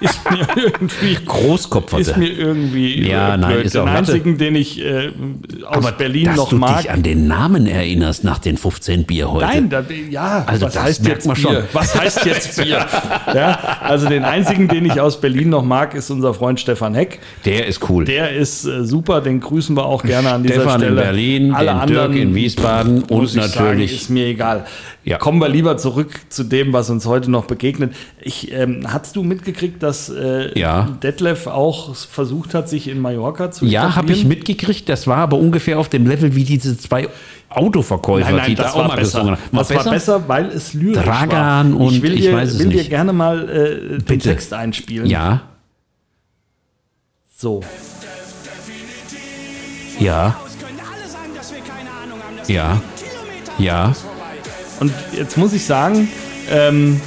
[SPEAKER 3] ist mir irgendwie,
[SPEAKER 4] Großkopf
[SPEAKER 3] ist mir irgendwie
[SPEAKER 4] Ja,
[SPEAKER 3] äh,
[SPEAKER 4] nein,
[SPEAKER 3] blöd.
[SPEAKER 4] ist
[SPEAKER 3] Den
[SPEAKER 4] auch- warte.
[SPEAKER 3] einzigen, den ich äh, aus Berlin
[SPEAKER 4] dass
[SPEAKER 3] noch
[SPEAKER 4] du
[SPEAKER 3] mag.
[SPEAKER 4] dich an den Namen erinnerst nach den 15 Bier heute.
[SPEAKER 3] Nein, da, ja,
[SPEAKER 4] Also
[SPEAKER 3] was
[SPEAKER 4] das
[SPEAKER 3] heißt
[SPEAKER 4] merkt
[SPEAKER 3] jetzt
[SPEAKER 4] man schon.
[SPEAKER 3] Bier? Was heißt jetzt
[SPEAKER 4] (laughs)
[SPEAKER 3] Bier? ja, also den einzigen, den ich aus Berlin noch mag, ist unser Freund Stefan Heck.
[SPEAKER 4] Der ist cool.
[SPEAKER 3] Der ist äh, super, den grüßen wir auch gerne an dieser
[SPEAKER 4] Stefan
[SPEAKER 3] Stelle.
[SPEAKER 4] in Berlin,
[SPEAKER 3] alle
[SPEAKER 4] den
[SPEAKER 3] anderen
[SPEAKER 4] Dirk in Wiesbaden
[SPEAKER 3] muss
[SPEAKER 4] und
[SPEAKER 3] ich sagen,
[SPEAKER 4] natürlich
[SPEAKER 3] ist mir egal.
[SPEAKER 4] Ja.
[SPEAKER 3] Kommen wir lieber zurück zu dem, was uns heute noch begegnet. Ich, ähm, hast du mitgekriegt, dass äh,
[SPEAKER 4] Ja.
[SPEAKER 3] Detlef auch versucht hat, sich in Mallorca zu
[SPEAKER 4] Ja, habe ich
[SPEAKER 3] etablieren?
[SPEAKER 4] mitgekriegt. Das war aber ungefähr auf dem Level wie diese zwei Autoverkäufer,
[SPEAKER 3] Nein, nein,
[SPEAKER 4] die
[SPEAKER 3] das
[SPEAKER 4] da auch
[SPEAKER 3] war
[SPEAKER 4] mal
[SPEAKER 3] besser.
[SPEAKER 4] gesungen haben.
[SPEAKER 3] das war besser, weil es lyrisch
[SPEAKER 4] Dragan
[SPEAKER 3] war.
[SPEAKER 4] und
[SPEAKER 3] will
[SPEAKER 4] ich
[SPEAKER 3] dir,
[SPEAKER 4] weiß es
[SPEAKER 3] will dir
[SPEAKER 4] nicht.
[SPEAKER 3] gerne mal äh, den
[SPEAKER 4] Bitte.
[SPEAKER 3] Text einspielen.
[SPEAKER 4] Ja,
[SPEAKER 3] So.
[SPEAKER 4] ja,
[SPEAKER 5] Aus können alle sagen, dass wir keine Ahnung haben. Das
[SPEAKER 4] Ja.
[SPEAKER 5] geht Kilometer
[SPEAKER 4] Ja.
[SPEAKER 5] an uns vorbei.
[SPEAKER 3] Und jetzt muss ich sagen, ähm,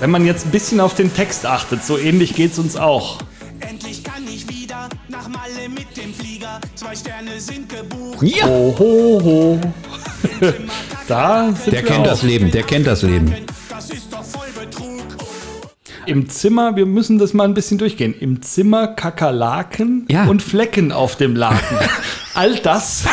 [SPEAKER 3] wenn man jetzt ein bisschen auf den Text achtet, so ähnlich geht's uns auch.
[SPEAKER 5] Endlich kann ich wieder nach Malle mit dem Flieger. Zwei Sterne sind gebucht.
[SPEAKER 3] Ho,
[SPEAKER 4] Oh,
[SPEAKER 3] ho, ho.
[SPEAKER 5] Zimmer,
[SPEAKER 3] (laughs) Da sind
[SPEAKER 4] Der
[SPEAKER 3] wir
[SPEAKER 4] kennt
[SPEAKER 3] auch.
[SPEAKER 4] das Leben, der kennt das Leben.
[SPEAKER 5] Das ist doch voll Betrug. Oh,
[SPEAKER 3] Im Zimmer, wir müssen das mal ein bisschen durchgehen. Im Zimmer Kakerlaken
[SPEAKER 4] Ja.
[SPEAKER 3] und Flecken auf dem Laken. All
[SPEAKER 4] (laughs)
[SPEAKER 3] das,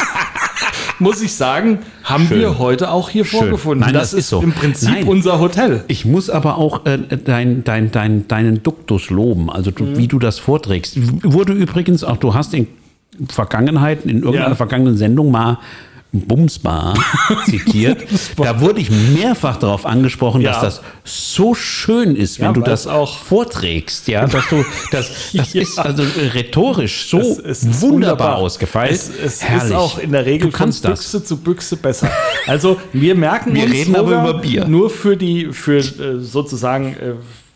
[SPEAKER 3] muss ich sagen, haben wir heute auch hier vorgefunden.
[SPEAKER 4] Nein, das ist so.
[SPEAKER 3] im Prinzip
[SPEAKER 4] Nein.
[SPEAKER 3] unser Hotel.
[SPEAKER 4] Ich muss aber auch äh, dein, dein, dein, deinen Duktus loben, also du,
[SPEAKER 3] Mhm.
[SPEAKER 4] wie du das vorträgst. W- Wurde übrigens auch, du hast in Vergangenheit, in irgendeiner
[SPEAKER 3] Ja.
[SPEAKER 4] vergangenen Sendung mal
[SPEAKER 3] (laughs)
[SPEAKER 4] Bumsbar zitiert. da wurde ich mehrfach darauf angesprochen,
[SPEAKER 3] Ja.
[SPEAKER 4] dass das so schön ist, wenn
[SPEAKER 3] Ja,
[SPEAKER 4] du
[SPEAKER 3] weil
[SPEAKER 4] das
[SPEAKER 3] es auch-
[SPEAKER 4] vorträgst, ja, dass du das,
[SPEAKER 3] (laughs)
[SPEAKER 4] das
[SPEAKER 3] Ja.
[SPEAKER 4] ist also rhetorisch so
[SPEAKER 3] Es ist
[SPEAKER 4] Oh, wunderbar, ausgefeilt.
[SPEAKER 3] Es, es
[SPEAKER 4] Herrlich.
[SPEAKER 3] ist auch in der Regel
[SPEAKER 4] du kannst
[SPEAKER 3] von
[SPEAKER 4] das.
[SPEAKER 3] Büchse zu Büchse besser. Also wir merken
[SPEAKER 4] Wir
[SPEAKER 3] uns
[SPEAKER 4] reden aber
[SPEAKER 3] Roger,
[SPEAKER 4] über Bier.
[SPEAKER 3] nur für die für äh, sozusagen äh,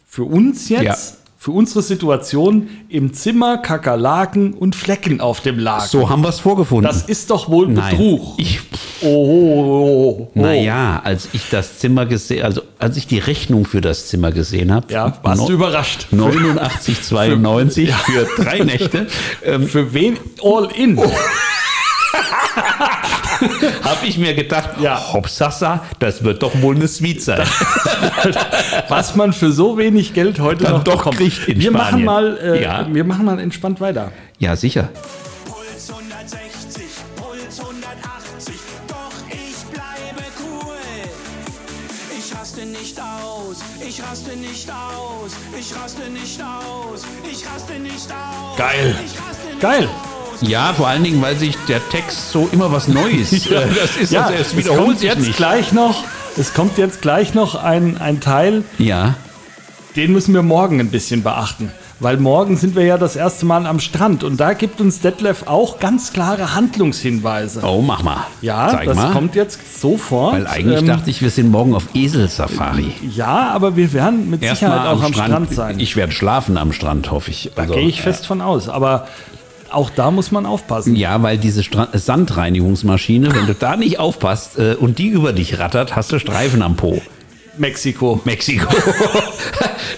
[SPEAKER 3] für uns jetzt.
[SPEAKER 4] Ja.
[SPEAKER 3] Für unsere Situation im Zimmer, Kakerlaken und Flecken auf dem Laken.
[SPEAKER 4] So haben wir es vorgefunden.
[SPEAKER 3] Das ist doch wohl
[SPEAKER 4] Nein.
[SPEAKER 3] Betrug.
[SPEAKER 4] Ich,
[SPEAKER 3] oh, oh, oh, oh.
[SPEAKER 4] Naja, als ich das Zimmer gesehen, also als ich die Rechnung für das Zimmer gesehen habe,
[SPEAKER 3] Ja, warst
[SPEAKER 4] (laughs)
[SPEAKER 3] du überrascht?
[SPEAKER 4] 89,92 für drei Nächte, ähm, Oh.
[SPEAKER 3] Für wen? All in.
[SPEAKER 4] habe ich mir gedacht,
[SPEAKER 3] Ja.
[SPEAKER 4] Hopsassa, das wird doch wohl eine
[SPEAKER 3] (laughs)
[SPEAKER 4] Suite sein.
[SPEAKER 3] Was man für so wenig Geld heute
[SPEAKER 4] Dann
[SPEAKER 3] noch
[SPEAKER 4] doch
[SPEAKER 3] bekommt.
[SPEAKER 4] kriegt in
[SPEAKER 3] wir, machen
[SPEAKER 4] Spanien.
[SPEAKER 3] mal, äh,
[SPEAKER 4] Ja.
[SPEAKER 3] wir machen mal entspannt weiter.
[SPEAKER 4] ja, sicher.
[SPEAKER 5] Puls 160, Puls 180. Doch ich bleibe cool. Ich raste nicht aus, ich raste nicht aus, ich raste nicht aus, ich raste nicht aus.
[SPEAKER 3] Geil.
[SPEAKER 5] Ich raste
[SPEAKER 3] Geil.
[SPEAKER 4] Ja, vor allen Dingen, weil sich der Text so immer was Neues.
[SPEAKER 3] (laughs) Ja,
[SPEAKER 4] Äh, das ist
[SPEAKER 3] ja,
[SPEAKER 4] also, es
[SPEAKER 3] es
[SPEAKER 4] wiederholt
[SPEAKER 3] kommt
[SPEAKER 4] sich
[SPEAKER 3] jetzt
[SPEAKER 4] nicht.
[SPEAKER 3] gleich noch. Es kommt jetzt gleich noch ein, ein Teil,
[SPEAKER 4] Ja,
[SPEAKER 3] den müssen wir morgen ein bisschen beachten. Weil morgen sind wir ja das erste Mal am Strand und da gibt uns Detlef auch ganz klare Handlungshinweise.
[SPEAKER 4] oh, mach mal.
[SPEAKER 3] Ja,
[SPEAKER 4] Zeig
[SPEAKER 3] das
[SPEAKER 4] mal.
[SPEAKER 3] kommt jetzt sofort.
[SPEAKER 4] Weil eigentlich
[SPEAKER 3] Ähm,
[SPEAKER 4] dachte ich, wir sind morgen auf Eselsafari.
[SPEAKER 3] ja, aber wir werden mit Sicherheit auch am, Strand, sein.
[SPEAKER 4] Ich werde schlafen am Strand, hoffe ich.
[SPEAKER 3] da
[SPEAKER 4] Also,
[SPEAKER 3] gehe ich fest von aus. Aber auch da muss man aufpassen.
[SPEAKER 4] Ja, weil diese Stra Sandreinigungsmaschine, wenn du da nicht aufpasst äh, und die über dich rattert, hast du Streifen am Po.
[SPEAKER 3] Mexiko.
[SPEAKER 4] Mexiko. (laughs)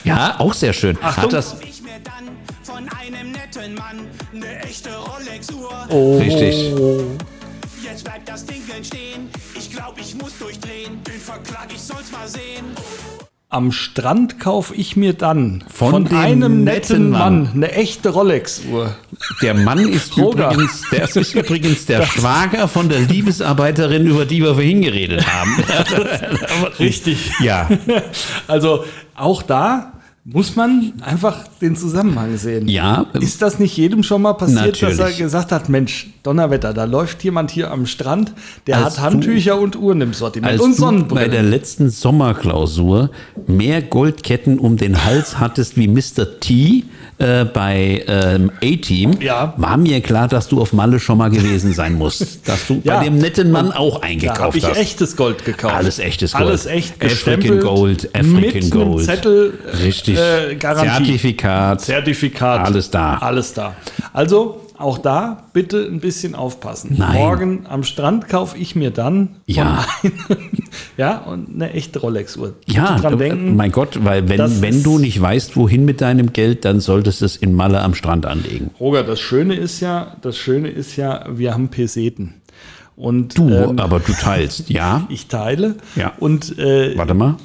[SPEAKER 4] ja, auch sehr schön.
[SPEAKER 3] Achtung.
[SPEAKER 4] Hat das
[SPEAKER 5] Ich mir dann von einem netten Mann eine echte Rolex-Uhr.
[SPEAKER 4] richtig.
[SPEAKER 5] Jetzt bleibt das Dinkeln stehen. Ich glaub, ich muss durchdrehen. Den Verklag, ich soll's mal sehen.
[SPEAKER 3] Am Strand kaufe ich mir dann
[SPEAKER 4] Von
[SPEAKER 3] von,
[SPEAKER 4] dem
[SPEAKER 3] einem
[SPEAKER 4] netten
[SPEAKER 3] netten
[SPEAKER 4] Mann.
[SPEAKER 3] Mann, eine echte Rolex-Uhr.
[SPEAKER 4] Der Mann ist
[SPEAKER 3] Roger.
[SPEAKER 4] übrigens, der ist übrigens der Schwager von der Liebesarbeiterin, über die wir vorhin geredet haben. (laughs)
[SPEAKER 3] Richtig. (laughs)
[SPEAKER 4] ja.
[SPEAKER 3] Also auch da muss man einfach den Zusammenhang sehen.
[SPEAKER 4] Ja. ähm,
[SPEAKER 3] Ist das nicht jedem schon mal passiert, dass
[SPEAKER 4] Natürlich.
[SPEAKER 3] er gesagt hat, Mensch, Donnerwetter, da läuft jemand hier am Strand, der
[SPEAKER 4] Als
[SPEAKER 3] hat
[SPEAKER 4] du-
[SPEAKER 3] Handtücher und Uhren im Sortiment
[SPEAKER 4] Als
[SPEAKER 3] und
[SPEAKER 4] du bei der
[SPEAKER 3] Sonnenbrille.
[SPEAKER 4] letzten Sommerklausur mehr Goldketten um den Hals hattest wie Mr. T äh, bei ähm, A-Team,
[SPEAKER 3] Ja.
[SPEAKER 4] war mir klar, dass du auf Malle schon mal gewesen sein
[SPEAKER 3] (laughs)
[SPEAKER 4] musst. Dass du
[SPEAKER 3] Ja.
[SPEAKER 4] bei dem netten Mann auch
[SPEAKER 3] Da
[SPEAKER 4] eingekauft
[SPEAKER 3] habe ich
[SPEAKER 4] hast.
[SPEAKER 3] echtes Gold gekauft.
[SPEAKER 4] Alles echtes Gold.
[SPEAKER 3] Alles echt
[SPEAKER 4] African
[SPEAKER 3] gestempelt,
[SPEAKER 4] Gold, African
[SPEAKER 3] mit
[SPEAKER 4] Gold.
[SPEAKER 3] Einem Zettel,
[SPEAKER 4] Richtig.
[SPEAKER 3] Äh, Garantie.
[SPEAKER 4] Zertifikat.
[SPEAKER 3] Zertifikat.
[SPEAKER 4] Alles da.
[SPEAKER 3] Alles da. Also auch da bitte ein bisschen aufpassen.
[SPEAKER 4] Nein.
[SPEAKER 3] Morgen am Strand kaufe ich mir dann von
[SPEAKER 4] Ja.
[SPEAKER 3] einem- (laughs) ja, und eine echte Rolex-Uhr.
[SPEAKER 4] ja,
[SPEAKER 3] Bitte dran
[SPEAKER 4] äh,
[SPEAKER 3] denken.
[SPEAKER 4] mein Gott, weil
[SPEAKER 3] das
[SPEAKER 4] wenn, wenn
[SPEAKER 3] ist-
[SPEAKER 4] du nicht weißt, wohin mit deinem Geld, dann solltest du es in Malle am Strand anlegen.
[SPEAKER 3] Roger, das Schöne ist ja, das Schöne ist ja, wir haben Peseten. Und
[SPEAKER 4] Du,
[SPEAKER 3] ähm,
[SPEAKER 4] aber du teilst, ja?
[SPEAKER 3] ich teile.
[SPEAKER 4] Ja.
[SPEAKER 3] Und äh,
[SPEAKER 4] Warte mal.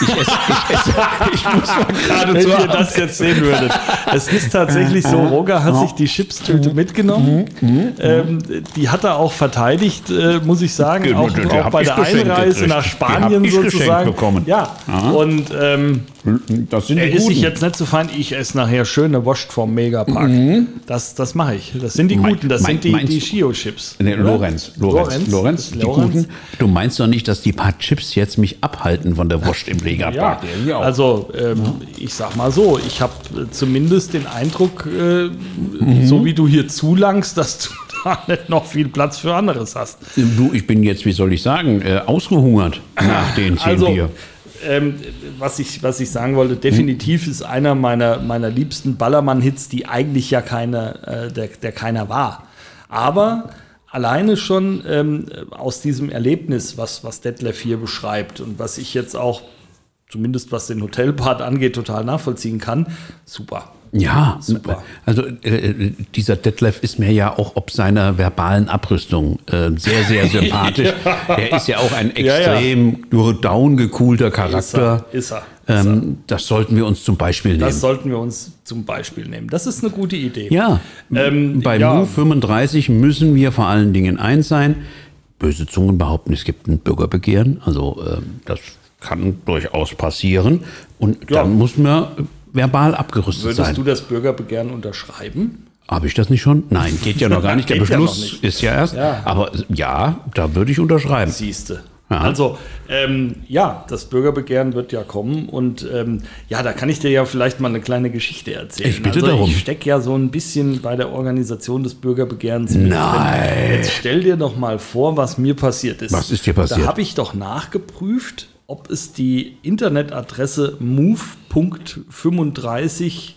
[SPEAKER 4] Ich, esse, ich, esse, ich muss mal gerade
[SPEAKER 3] wenn
[SPEAKER 4] zu
[SPEAKER 3] ihr das jetzt sehen würdet. Es ist tatsächlich so, Roger hat sich die
[SPEAKER 4] Mhm.
[SPEAKER 3] Chipstüte mitgenommen. Ähm, die hat er auch verteidigt, äh, muss ich sagen,
[SPEAKER 4] Die-
[SPEAKER 3] auch,
[SPEAKER 4] die
[SPEAKER 3] auch
[SPEAKER 4] hab
[SPEAKER 3] bei
[SPEAKER 4] ich
[SPEAKER 3] der
[SPEAKER 4] geschenkt
[SPEAKER 3] Einreise
[SPEAKER 4] gekriegt.
[SPEAKER 3] nach
[SPEAKER 4] Die
[SPEAKER 3] Spanien
[SPEAKER 4] hab ich geschenkt
[SPEAKER 3] sozusagen.
[SPEAKER 4] bekommen.
[SPEAKER 3] Ja, und ähm,
[SPEAKER 4] Das sind
[SPEAKER 3] er ist sich jetzt nicht so fein, ich esse nachher schöne Wurst vom Megapark. Das, das mache ich. Das sind die
[SPEAKER 4] Mhm. Mein-
[SPEAKER 3] guten, das
[SPEAKER 4] mein-
[SPEAKER 3] sind die,
[SPEAKER 4] meinst
[SPEAKER 3] die
[SPEAKER 4] du-
[SPEAKER 3] Chio-Chips.
[SPEAKER 4] Nee,
[SPEAKER 3] oder?
[SPEAKER 4] Lorenz, Lorenz, Lorenz,
[SPEAKER 3] ist
[SPEAKER 4] die Guten. Du meinst doch nicht, dass die paar Chips jetzt mich abhalten von der Wurst im Lega
[SPEAKER 3] Ja,
[SPEAKER 4] Park?
[SPEAKER 3] also ähm, ich sag mal so, ich habe äh, zumindest den Eindruck, äh, so wie du hier zulangst, (laughs) dass du da nicht noch viel Platz für anderes hast.
[SPEAKER 4] du, ich bin jetzt, wie soll ich sagen, äh, ausgehungert nach den zehn
[SPEAKER 3] Also,
[SPEAKER 4] Bier.
[SPEAKER 3] ähm, was, ich, was ich sagen wollte, definitiv ist einer meiner, meiner liebsten Ballermann-Hits, die eigentlich ja keiner, äh, der, der keiner war. Aber alleine schon ähm, aus diesem Erlebnis, was, was Detlef hier beschreibt und was ich jetzt auch, zumindest was den Hotelpart angeht, total nachvollziehen kann, super.
[SPEAKER 4] Ja,
[SPEAKER 3] Super.
[SPEAKER 4] also äh, dieser Detlef ist mir ja auch ob seiner verbalen Abrüstung äh, sehr,
[SPEAKER 3] (laughs)
[SPEAKER 4] sehr sympathisch. Er ist ja auch ein
[SPEAKER 3] ja.
[SPEAKER 4] extrem nur downgecoolter Charakter.
[SPEAKER 3] Ist er. Ist er.
[SPEAKER 4] Ähm, das sollten wir uns zum Beispiel nehmen.
[SPEAKER 3] Das sollten wir uns zum Beispiel nehmen. Das ist eine gute Idee.
[SPEAKER 4] ja,
[SPEAKER 3] Ähm,
[SPEAKER 4] bei
[SPEAKER 3] ja.
[SPEAKER 4] Move 35 müssen wir vor allen Dingen eins sein. Böse Zungen behaupten, es gibt ein Bürgerbegehren. Also ähm, das kann durchaus passieren. Und
[SPEAKER 3] Ja.
[SPEAKER 4] dann muss man verbal abgerüstet
[SPEAKER 3] Würdest
[SPEAKER 4] sein.
[SPEAKER 3] du das Bürgerbegehren unterschreiben?
[SPEAKER 4] Habe ich das nicht schon? Nein, geht ja noch gar nicht. Der
[SPEAKER 3] (laughs) Geht ja
[SPEAKER 4] Beschluss
[SPEAKER 3] noch nicht.
[SPEAKER 4] ist ja erst.
[SPEAKER 3] Ja.
[SPEAKER 4] Aber ja, da würde ich unterschreiben.
[SPEAKER 3] Siehste.
[SPEAKER 4] Ja.
[SPEAKER 3] Also, ähm, ja, das Bürgerbegehren wird ja kommen und ähm, ja, da kann ich dir ja vielleicht mal eine kleine Geschichte erzählen.
[SPEAKER 4] Ich bitte
[SPEAKER 3] also,
[SPEAKER 4] darum.
[SPEAKER 3] Ich stecke ja so ein bisschen bei der Organisation des Bürgerbegehrens. mit
[SPEAKER 4] Nein.
[SPEAKER 3] Jetzt stell dir doch mal vor, was mir passiert ist.
[SPEAKER 4] Was ist dir passiert?
[SPEAKER 3] Da habe ich doch nachgeprüft, ob es die Internetadresse move.35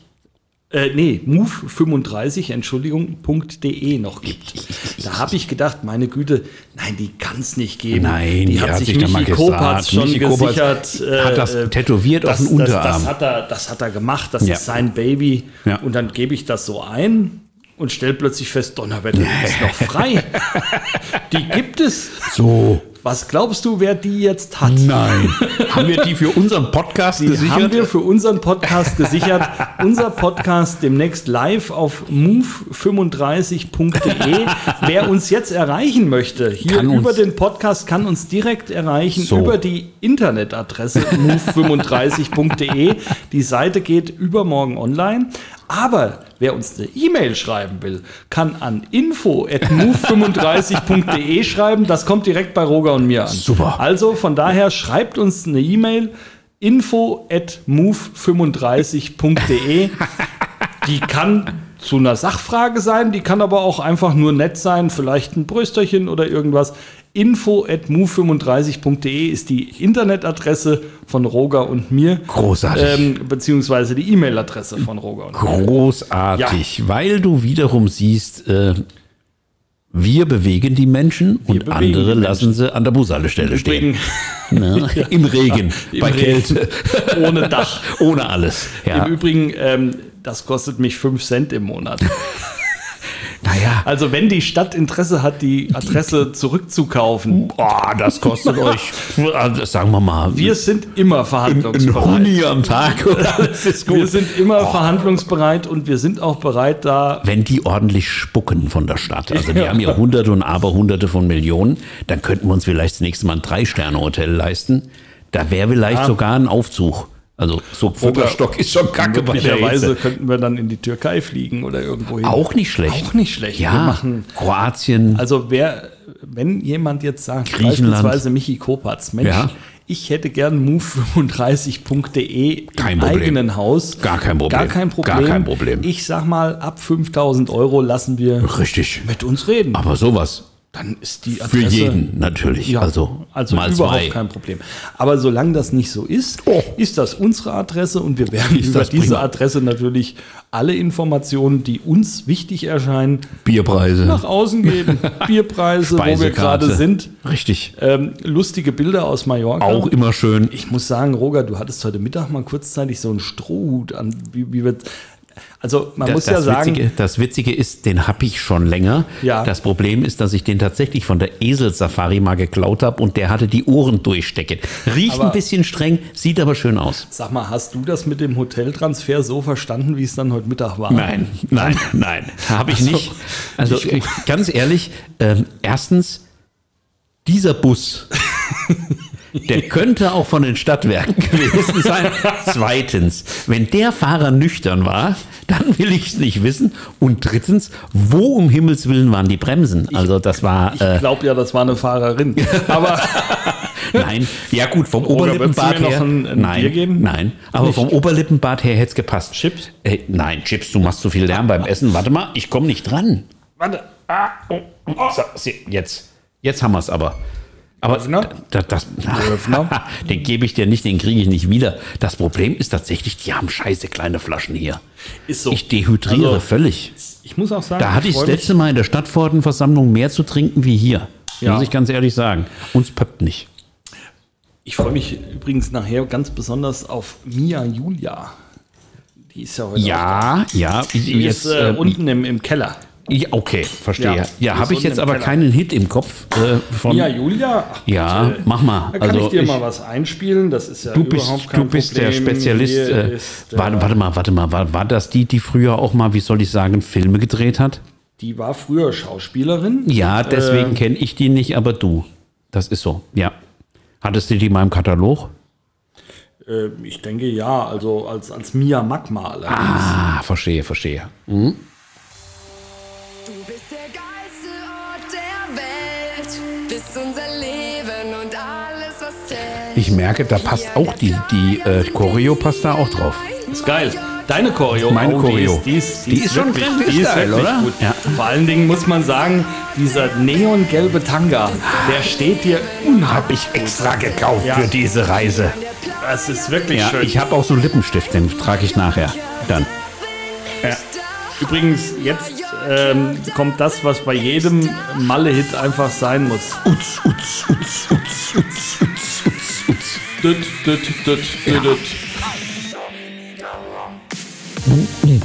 [SPEAKER 3] äh, nee, move35, Entschuldigung, .de noch gibt. Da habe ich gedacht, meine Güte, nein, die kann es nicht geben.
[SPEAKER 4] Nein,
[SPEAKER 3] die hat, sich
[SPEAKER 4] der
[SPEAKER 3] Michi
[SPEAKER 4] Magistrat-
[SPEAKER 3] Kopatz schon
[SPEAKER 4] Michi Kopatz
[SPEAKER 3] gesichert.
[SPEAKER 4] hat
[SPEAKER 3] äh,
[SPEAKER 4] das
[SPEAKER 3] äh,
[SPEAKER 4] tätowiert auf
[SPEAKER 3] das-
[SPEAKER 4] den
[SPEAKER 3] das-
[SPEAKER 4] Unterarm.
[SPEAKER 3] Das hat er, das hat er gemacht, das
[SPEAKER 4] Ja.
[SPEAKER 3] ist sein Baby.
[SPEAKER 4] Ja.
[SPEAKER 3] Und dann gebe ich das so ein und stelle plötzlich fest, Donnerwetter, die ist noch
[SPEAKER 4] (laughs)
[SPEAKER 3] frei. die gibt es.
[SPEAKER 4] So.
[SPEAKER 3] Was glaubst du, wer die jetzt hat?
[SPEAKER 4] Nein.
[SPEAKER 3] (laughs)
[SPEAKER 4] haben wir die für unseren Podcast
[SPEAKER 3] Die haben wir für unseren Podcast
[SPEAKER 4] (laughs)
[SPEAKER 3] gesichert. Unser Podcast demnächst live auf
[SPEAKER 4] (laughs)
[SPEAKER 3] move35.de. Wer uns jetzt erreichen möchte, hier
[SPEAKER 4] Kann uns-
[SPEAKER 3] über den Podcast, kann uns direkt erreichen
[SPEAKER 4] So.
[SPEAKER 3] über die (laughs) Internetadresse move35.de. Die Seite geht übermorgen online. Aber wer uns eine E-Mail schreiben will, kann an info.move35.de (laughs) schreiben. Das kommt direkt bei Roger und mir an.
[SPEAKER 4] Super.
[SPEAKER 3] Also von daher schreibt uns eine E-Mail info at move35.de. Die kann zu einer Sachfrage sein, die kann aber auch einfach nur nett sein, vielleicht ein Brösterchen oder irgendwas. Info at move35.de ist die Internetadresse von Roger und mir.
[SPEAKER 4] Großartig.
[SPEAKER 3] Ähm, beziehungsweise die E-Mail-Adresse von Roger und mir.
[SPEAKER 4] Großartig, weil du wiederum siehst, äh, wir bewegen die Menschen und
[SPEAKER 3] bewegen
[SPEAKER 4] andere
[SPEAKER 3] die
[SPEAKER 4] lassen sie an der Bushaltestelle stehen.
[SPEAKER 3] Übrigens,
[SPEAKER 4] Ne?
[SPEAKER 3] (laughs)
[SPEAKER 4] Im Regen,
[SPEAKER 3] im
[SPEAKER 4] bei
[SPEAKER 3] Regen.
[SPEAKER 4] Kälte,
[SPEAKER 3] ohne
[SPEAKER 4] (laughs)
[SPEAKER 3] Dach.
[SPEAKER 4] ohne alles. Ja.
[SPEAKER 3] Im Übrigen, ähm, das kostet mich 5 Cent im Monat.
[SPEAKER 4] Naja,
[SPEAKER 3] Also wenn die Stadt Interesse hat, die Adresse zurückzukaufen,
[SPEAKER 4] boah, das (laughs) kostet euch, also sagen wir mal,
[SPEAKER 3] wir sind immer
[SPEAKER 4] ein
[SPEAKER 3] verhandlungsbereit.
[SPEAKER 4] Huni am Tag und alles ist
[SPEAKER 3] Wir
[SPEAKER 4] gut.
[SPEAKER 3] sind immer verhandlungsbereit und wir sind auch bereit, da
[SPEAKER 4] wenn die ordentlich spucken von der Stadt, also die
[SPEAKER 3] Ja.
[SPEAKER 4] haben ja Hunderte und Aberhunderte von Millionen, dann könnten wir uns vielleicht das nächste Mal ein Drei-Sterne-Hotel leisten. Da wäre vielleicht sogar ein Aufzug. Also so Futterstock ist schon kacke bei der
[SPEAKER 3] möglicherweise
[SPEAKER 4] Hitze.
[SPEAKER 3] könnten wir dann in die Türkei fliegen oder irgendwo hin.
[SPEAKER 4] Auch nicht schlecht.
[SPEAKER 3] Auch nicht schlecht. Wir
[SPEAKER 4] Ja,
[SPEAKER 3] machen,
[SPEAKER 4] Kroatien.
[SPEAKER 3] also wer, wenn jemand jetzt sagt,
[SPEAKER 4] Griechenland.
[SPEAKER 3] beispielsweise Michi Kopatz, Mensch,
[SPEAKER 4] Ja.
[SPEAKER 3] ich hätte gern move35.de
[SPEAKER 4] Kein
[SPEAKER 3] im
[SPEAKER 4] Problem.
[SPEAKER 3] eigenen Haus.
[SPEAKER 4] Gar kein Problem.
[SPEAKER 3] Gar kein Problem.
[SPEAKER 4] Gar kein Problem.
[SPEAKER 3] Ich sag mal, ab 5000 Euro lassen wir
[SPEAKER 4] richtig.
[SPEAKER 3] mit uns reden.
[SPEAKER 4] Aber sowas.
[SPEAKER 3] Dann ist die
[SPEAKER 4] Für
[SPEAKER 3] Adresse
[SPEAKER 4] jeden natürlich.
[SPEAKER 3] Ja,
[SPEAKER 4] also,
[SPEAKER 3] also
[SPEAKER 4] mal
[SPEAKER 3] überhaupt
[SPEAKER 4] zwei.
[SPEAKER 3] kein Problem. Aber solange das nicht so ist,
[SPEAKER 4] Oh.
[SPEAKER 3] ist das unsere Adresse und wir werden
[SPEAKER 4] Ist
[SPEAKER 3] über
[SPEAKER 4] das
[SPEAKER 3] diese
[SPEAKER 4] prima.
[SPEAKER 3] Adresse natürlich alle Informationen, die uns wichtig erscheinen,
[SPEAKER 4] Bierpreise.
[SPEAKER 3] nach außen
[SPEAKER 4] (laughs)
[SPEAKER 3] geben. Bierpreise, also wo wir
[SPEAKER 4] Speisekarte.
[SPEAKER 3] gerade sind.
[SPEAKER 4] Richtig.
[SPEAKER 3] Ähm, lustige Bilder aus Mallorca.
[SPEAKER 4] Auch immer schön.
[SPEAKER 3] Ich muss sagen, Roger, du hattest heute Mittag mal kurzzeitig so einen Strohhut an. Wie, wie wir, also man
[SPEAKER 4] Da-
[SPEAKER 3] muss ja sagen,
[SPEAKER 4] Witzige, das Witzige ist, den habe ich schon länger.
[SPEAKER 3] Ja.
[SPEAKER 4] Das Problem ist, dass ich den tatsächlich von der Eselsafari mal geklaut habe und der hatte die Ohren durchstecken. Riecht
[SPEAKER 3] Aber-
[SPEAKER 4] ein bisschen streng, sieht aber schön aus.
[SPEAKER 3] sag mal, hast du das mit dem Hoteltransfer so verstanden, wie es dann heute Mittag war?
[SPEAKER 4] Nein, nein, (laughs) nein, habe ich
[SPEAKER 3] Also,
[SPEAKER 4] nicht. Also äh, ganz ehrlich, ähm, erstens, dieser (laughs) Bus, der könnte auch von den Stadtwerken (laughs) gewesen sein. Zweitens, wenn der Fahrer nüchtern war, dann will ich es nicht wissen. Und drittens, wo um Himmels Willen waren die Bremsen? Also das war,
[SPEAKER 3] Ich
[SPEAKER 4] äh,
[SPEAKER 3] glaube ja, das war eine Fahrerin. Aber
[SPEAKER 4] (laughs) nein, ja gut, vom
[SPEAKER 3] Roger, würdest du
[SPEAKER 4] Oberlippenbart
[SPEAKER 3] mir noch
[SPEAKER 4] her,
[SPEAKER 3] ein- ein
[SPEAKER 4] nein,
[SPEAKER 3] Bier geben?
[SPEAKER 4] nein, aber vom Oberlippenbart her hätte es gepasst.
[SPEAKER 3] Chips?
[SPEAKER 4] Äh, nein, Chips, du machst zu viel Lärm beim Essen. Warte mal, ich komme nicht dran.
[SPEAKER 3] warte,
[SPEAKER 4] So, sie- jetzt. Jetzt haben wir es aber. Aber
[SPEAKER 3] Öffner?
[SPEAKER 4] da, das,
[SPEAKER 3] Öffner?
[SPEAKER 4] (laughs) den gebe ich dir nicht, den kriege ich nicht wieder. Das Problem ist tatsächlich, die haben scheiße kleine Flaschen hier.
[SPEAKER 3] ist so.
[SPEAKER 4] Ich dehydriere
[SPEAKER 3] Also,
[SPEAKER 4] völlig.
[SPEAKER 3] ich muss auch sagen,
[SPEAKER 4] Da hatte ich das
[SPEAKER 3] freu mich-
[SPEAKER 4] letzte Mal in der Stadtpfortenversammlung mehr zu trinken wie hier.
[SPEAKER 3] Ja.
[SPEAKER 4] Muss ich ganz ehrlich sagen. Uns pöppt nicht.
[SPEAKER 3] Ich freue mich übrigens nachher ganz besonders auf Mia Julia. Die ist ja heute
[SPEAKER 4] Ja, ja.
[SPEAKER 3] auch- die ist
[SPEAKER 4] Jetzt,
[SPEAKER 3] äh,
[SPEAKER 4] äh,
[SPEAKER 3] unten im, im Keller.
[SPEAKER 4] ja, okay, verstehe.
[SPEAKER 3] Ja,
[SPEAKER 4] Ja,
[SPEAKER 3] die ist
[SPEAKER 4] habe ich
[SPEAKER 3] unten
[SPEAKER 4] jetzt
[SPEAKER 3] im
[SPEAKER 4] aber
[SPEAKER 3] Keller.
[SPEAKER 4] keinen Hit im Kopf. Äh, von,
[SPEAKER 3] Mia Julia? Ach,
[SPEAKER 4] Ja,
[SPEAKER 3] bitte.
[SPEAKER 4] mach mal.
[SPEAKER 3] äh, Da kann
[SPEAKER 4] Also
[SPEAKER 3] ich dir
[SPEAKER 4] ich-
[SPEAKER 3] mal was einspielen. Das ist ja
[SPEAKER 4] Du bist,
[SPEAKER 3] überhaupt kein
[SPEAKER 4] du bist
[SPEAKER 3] Problem.
[SPEAKER 4] der Spezialist.
[SPEAKER 3] Hier
[SPEAKER 4] Äh,
[SPEAKER 3] ist, äh,
[SPEAKER 4] warte, warte mal, warte mal. War, war das die, die früher auch mal, wie soll ich sagen, Filme gedreht hat?
[SPEAKER 3] Die war früher Schauspielerin.
[SPEAKER 4] Ja, deswegen
[SPEAKER 3] Ähm,
[SPEAKER 4] kenne ich die nicht, aber du. Das ist so, ja. Hattest du die mal im Katalog?
[SPEAKER 3] äh, ich denke ja, also als, als Mia Magma. allerdings.
[SPEAKER 4] Ah, verstehe, verstehe.
[SPEAKER 6] Du bist der geilste Ort der Welt, bist unser Leben und alles, was zählt.
[SPEAKER 4] Ich merke, da passt auch die, die äh, Choreo passt da auch drauf.
[SPEAKER 3] Ist geil. Deine Choreo.
[SPEAKER 4] Meine
[SPEAKER 3] oh,
[SPEAKER 4] Choreo.
[SPEAKER 3] Die ist, die ist,
[SPEAKER 4] Die ist schon
[SPEAKER 3] wirklich,
[SPEAKER 4] grenzwertig
[SPEAKER 3] die ist
[SPEAKER 4] geil,
[SPEAKER 3] wirklich
[SPEAKER 4] oder?
[SPEAKER 3] gut.
[SPEAKER 4] Ja.
[SPEAKER 3] Vor allen Dingen muss man sagen, dieser neongelbe Tanga, der steht dir unheimlich.
[SPEAKER 4] Ich extra gekauft
[SPEAKER 3] Ja.
[SPEAKER 4] für diese Reise.
[SPEAKER 3] Das ist wirklich
[SPEAKER 4] Ja,
[SPEAKER 3] schön.
[SPEAKER 4] ich habe auch so einen Lippenstift, den trage ich nachher. Dann.
[SPEAKER 3] Übrigens, jetzt ähm, kommt das, was bei jedem Malle-Hit einfach sein muss.
[SPEAKER 4] Utz, utz, utz, utz, utz, utz, utz, utz.
[SPEAKER 3] Düt, düt, düt,
[SPEAKER 4] Mm,
[SPEAKER 3] düt,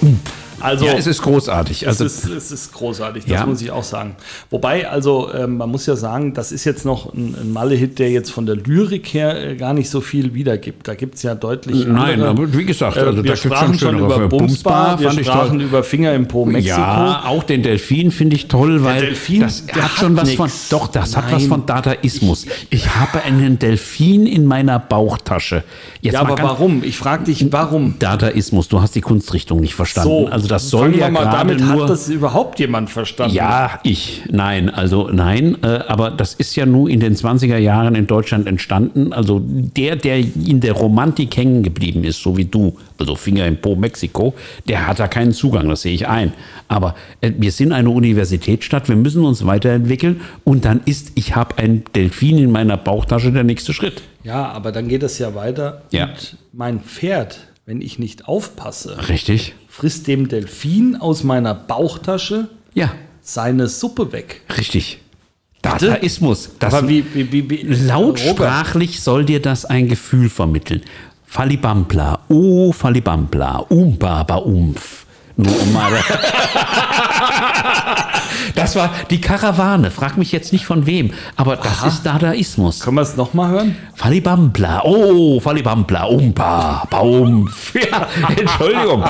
[SPEAKER 3] düt. Also,
[SPEAKER 4] ja, es ist großartig. Also,
[SPEAKER 3] es, ist, es ist großartig, das
[SPEAKER 4] Ja.
[SPEAKER 3] muss ich auch sagen. Wobei, also ähm, man muss ja sagen, das ist jetzt noch ein, ein Malle-Hit, der jetzt von der Lyrik her äh, gar nicht so viel wiedergibt. Da gibt es ja deutlich
[SPEAKER 4] Nein,
[SPEAKER 3] andere.
[SPEAKER 4] aber wie gesagt, also
[SPEAKER 3] äh, wir
[SPEAKER 4] da gibt's
[SPEAKER 3] sprachen
[SPEAKER 4] schon
[SPEAKER 3] schon
[SPEAKER 4] schönere.
[SPEAKER 3] über Bumsbar,
[SPEAKER 4] Bumsbar
[SPEAKER 3] wir
[SPEAKER 4] fand ich
[SPEAKER 3] sprachen
[SPEAKER 4] toll.
[SPEAKER 3] über Finger im Po Mexiko.
[SPEAKER 4] Ja, auch den Delfin finde ich toll, weil
[SPEAKER 3] Delfin,
[SPEAKER 4] das
[SPEAKER 3] der
[SPEAKER 4] hat schon
[SPEAKER 3] hat
[SPEAKER 4] was von.
[SPEAKER 3] nix.
[SPEAKER 4] Doch, das hat was
[SPEAKER 3] Nein.
[SPEAKER 4] von Dadaismus. Ich habe einen Delfin in meiner Bauchtasche. Jetzt
[SPEAKER 3] Ja,
[SPEAKER 4] mal
[SPEAKER 3] aber
[SPEAKER 4] ganz-
[SPEAKER 3] warum? Ich frage dich, warum?
[SPEAKER 4] Dadaismus, du hast die Kunstrichtung nicht verstanden. also das soll
[SPEAKER 3] fangen
[SPEAKER 4] ja
[SPEAKER 3] wir mal
[SPEAKER 4] gerade
[SPEAKER 3] damit
[SPEAKER 4] nur
[SPEAKER 3] hat das überhaupt jemand verstanden.
[SPEAKER 4] ja, ich. Nein, also nein. Äh, aber das ist ja nur in den 20er Jahren in Deutschland entstanden. Also der, der in der Romantik hängen geblieben ist, so wie du, also Finger im Po Mexiko, der hat da keinen Zugang, das sehe ich ein. Aber äh, wir sind eine Universitätsstadt, wir müssen uns weiterentwickeln. Und dann ist, ich habe einen Delfin in meiner Bauchtasche, der nächste Schritt.
[SPEAKER 3] ja, aber dann geht es ja weiter.
[SPEAKER 4] Ja.
[SPEAKER 3] Und mein Pferd, wenn ich nicht aufpasse,
[SPEAKER 4] Richtig?
[SPEAKER 3] frisst dem Delfin aus meiner Bauchtasche
[SPEAKER 4] Ja,
[SPEAKER 3] seine Suppe weg.
[SPEAKER 4] richtig. Dadaismus. Das
[SPEAKER 3] Aber wie, wie, wie, wie
[SPEAKER 4] Lautsprachlich soll dir das ein Gefühl vermitteln. Fallibampla, oh Fallibampla, umbaba umf. Nur um mal. (laughs) das war die Karawane. Frag mich jetzt nicht von wem, aber das ist Dadaismus.
[SPEAKER 3] Können wir es nochmal hören?
[SPEAKER 4] Fallibampla, oh Fallibampla, umbaba umf. (laughs) Ja, (laughs) Entschuldigung.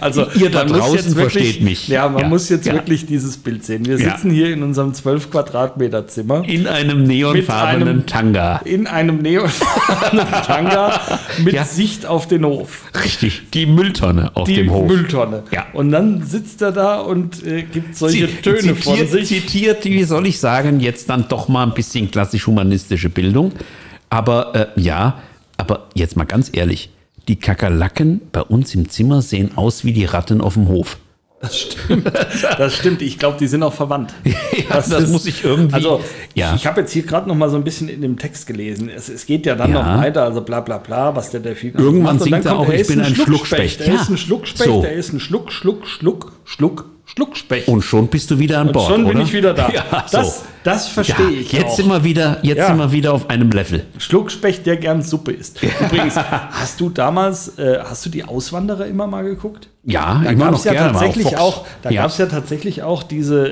[SPEAKER 3] Also
[SPEAKER 4] Ihr da
[SPEAKER 3] man muss
[SPEAKER 4] draußen
[SPEAKER 3] jetzt wirklich,
[SPEAKER 4] versteht mich.
[SPEAKER 3] Ja, man
[SPEAKER 4] Ja,
[SPEAKER 3] muss jetzt
[SPEAKER 4] ja.
[SPEAKER 3] wirklich dieses Bild sehen. Wir
[SPEAKER 4] Ja.
[SPEAKER 3] sitzen hier in unserem 12 Quadratmeter Zimmer.
[SPEAKER 4] In einem neonfarbenen
[SPEAKER 3] einem-
[SPEAKER 4] Tanga.
[SPEAKER 3] in einem (laughs) neonfarbenen Tanga mit
[SPEAKER 4] Ja.
[SPEAKER 3] Sicht auf den Hof.
[SPEAKER 4] Richtig, die Mülltonne auf
[SPEAKER 3] die
[SPEAKER 4] dem Hof.
[SPEAKER 3] Mülltonne.
[SPEAKER 4] Ja.
[SPEAKER 3] Und dann sitzt er da und äh, gibt solche
[SPEAKER 4] Zi-
[SPEAKER 3] Töne
[SPEAKER 4] zitiert,
[SPEAKER 3] von sich.
[SPEAKER 4] Zitiert, wie soll ich sagen, jetzt dann doch mal ein bisschen klassisch-humanistische Bildung. Aber äh, ja, aber jetzt mal ganz ehrlich, die Kakerlaken bei uns im Zimmer sehen aus wie die Ratten auf dem Hof.
[SPEAKER 3] Das stimmt. Das stimmt. Ich glaube, die sind auch
[SPEAKER 4] (laughs)
[SPEAKER 3] verwandt.
[SPEAKER 4] das muss ich irgendwie-
[SPEAKER 3] Also,
[SPEAKER 4] Ja.
[SPEAKER 3] ich habe jetzt hier gerade noch mal so ein bisschen in dem Text gelesen. Es, es geht ja dann
[SPEAKER 4] Ja.
[SPEAKER 3] noch weiter, also bla bla bla, was der Delfin alles
[SPEAKER 4] Irgendwann
[SPEAKER 3] macht. Und
[SPEAKER 4] singt
[SPEAKER 3] dann
[SPEAKER 4] er
[SPEAKER 3] kommt,
[SPEAKER 4] auch, ich
[SPEAKER 3] ist
[SPEAKER 4] bin ein Schluckspecht.
[SPEAKER 3] Er
[SPEAKER 4] Ja.
[SPEAKER 3] ist ein Schluckspecht,
[SPEAKER 4] So.
[SPEAKER 3] er ist ein Schluck, Schluck, Schluck, Schluck, Schluckspecht.
[SPEAKER 4] Und schon bist du wieder an
[SPEAKER 3] Und
[SPEAKER 4] Bord.
[SPEAKER 3] schon
[SPEAKER 4] oder?
[SPEAKER 3] bin ich wieder da.
[SPEAKER 4] (laughs) Ja,
[SPEAKER 3] das
[SPEAKER 4] so.
[SPEAKER 3] das verstehe
[SPEAKER 4] ja,
[SPEAKER 3] ich.
[SPEAKER 4] Jetzt
[SPEAKER 3] auch.
[SPEAKER 4] sind wir wieder, jetzt
[SPEAKER 3] Ja.
[SPEAKER 4] sind wir wieder auf einem Level.
[SPEAKER 3] Schluckspecht, der gern Suppe
[SPEAKER 4] (laughs)
[SPEAKER 3] isst. Übrigens, hast du damals, äh, hast du die Auswanderer immer mal geguckt?
[SPEAKER 4] Ja,
[SPEAKER 3] Da
[SPEAKER 4] immer
[SPEAKER 3] gab
[SPEAKER 4] noch
[SPEAKER 3] es ja
[SPEAKER 4] gerne mal auf
[SPEAKER 3] tatsächlich
[SPEAKER 4] Fox.
[SPEAKER 3] auch, da
[SPEAKER 4] Ja.
[SPEAKER 3] gab's ja tatsächlich auch diese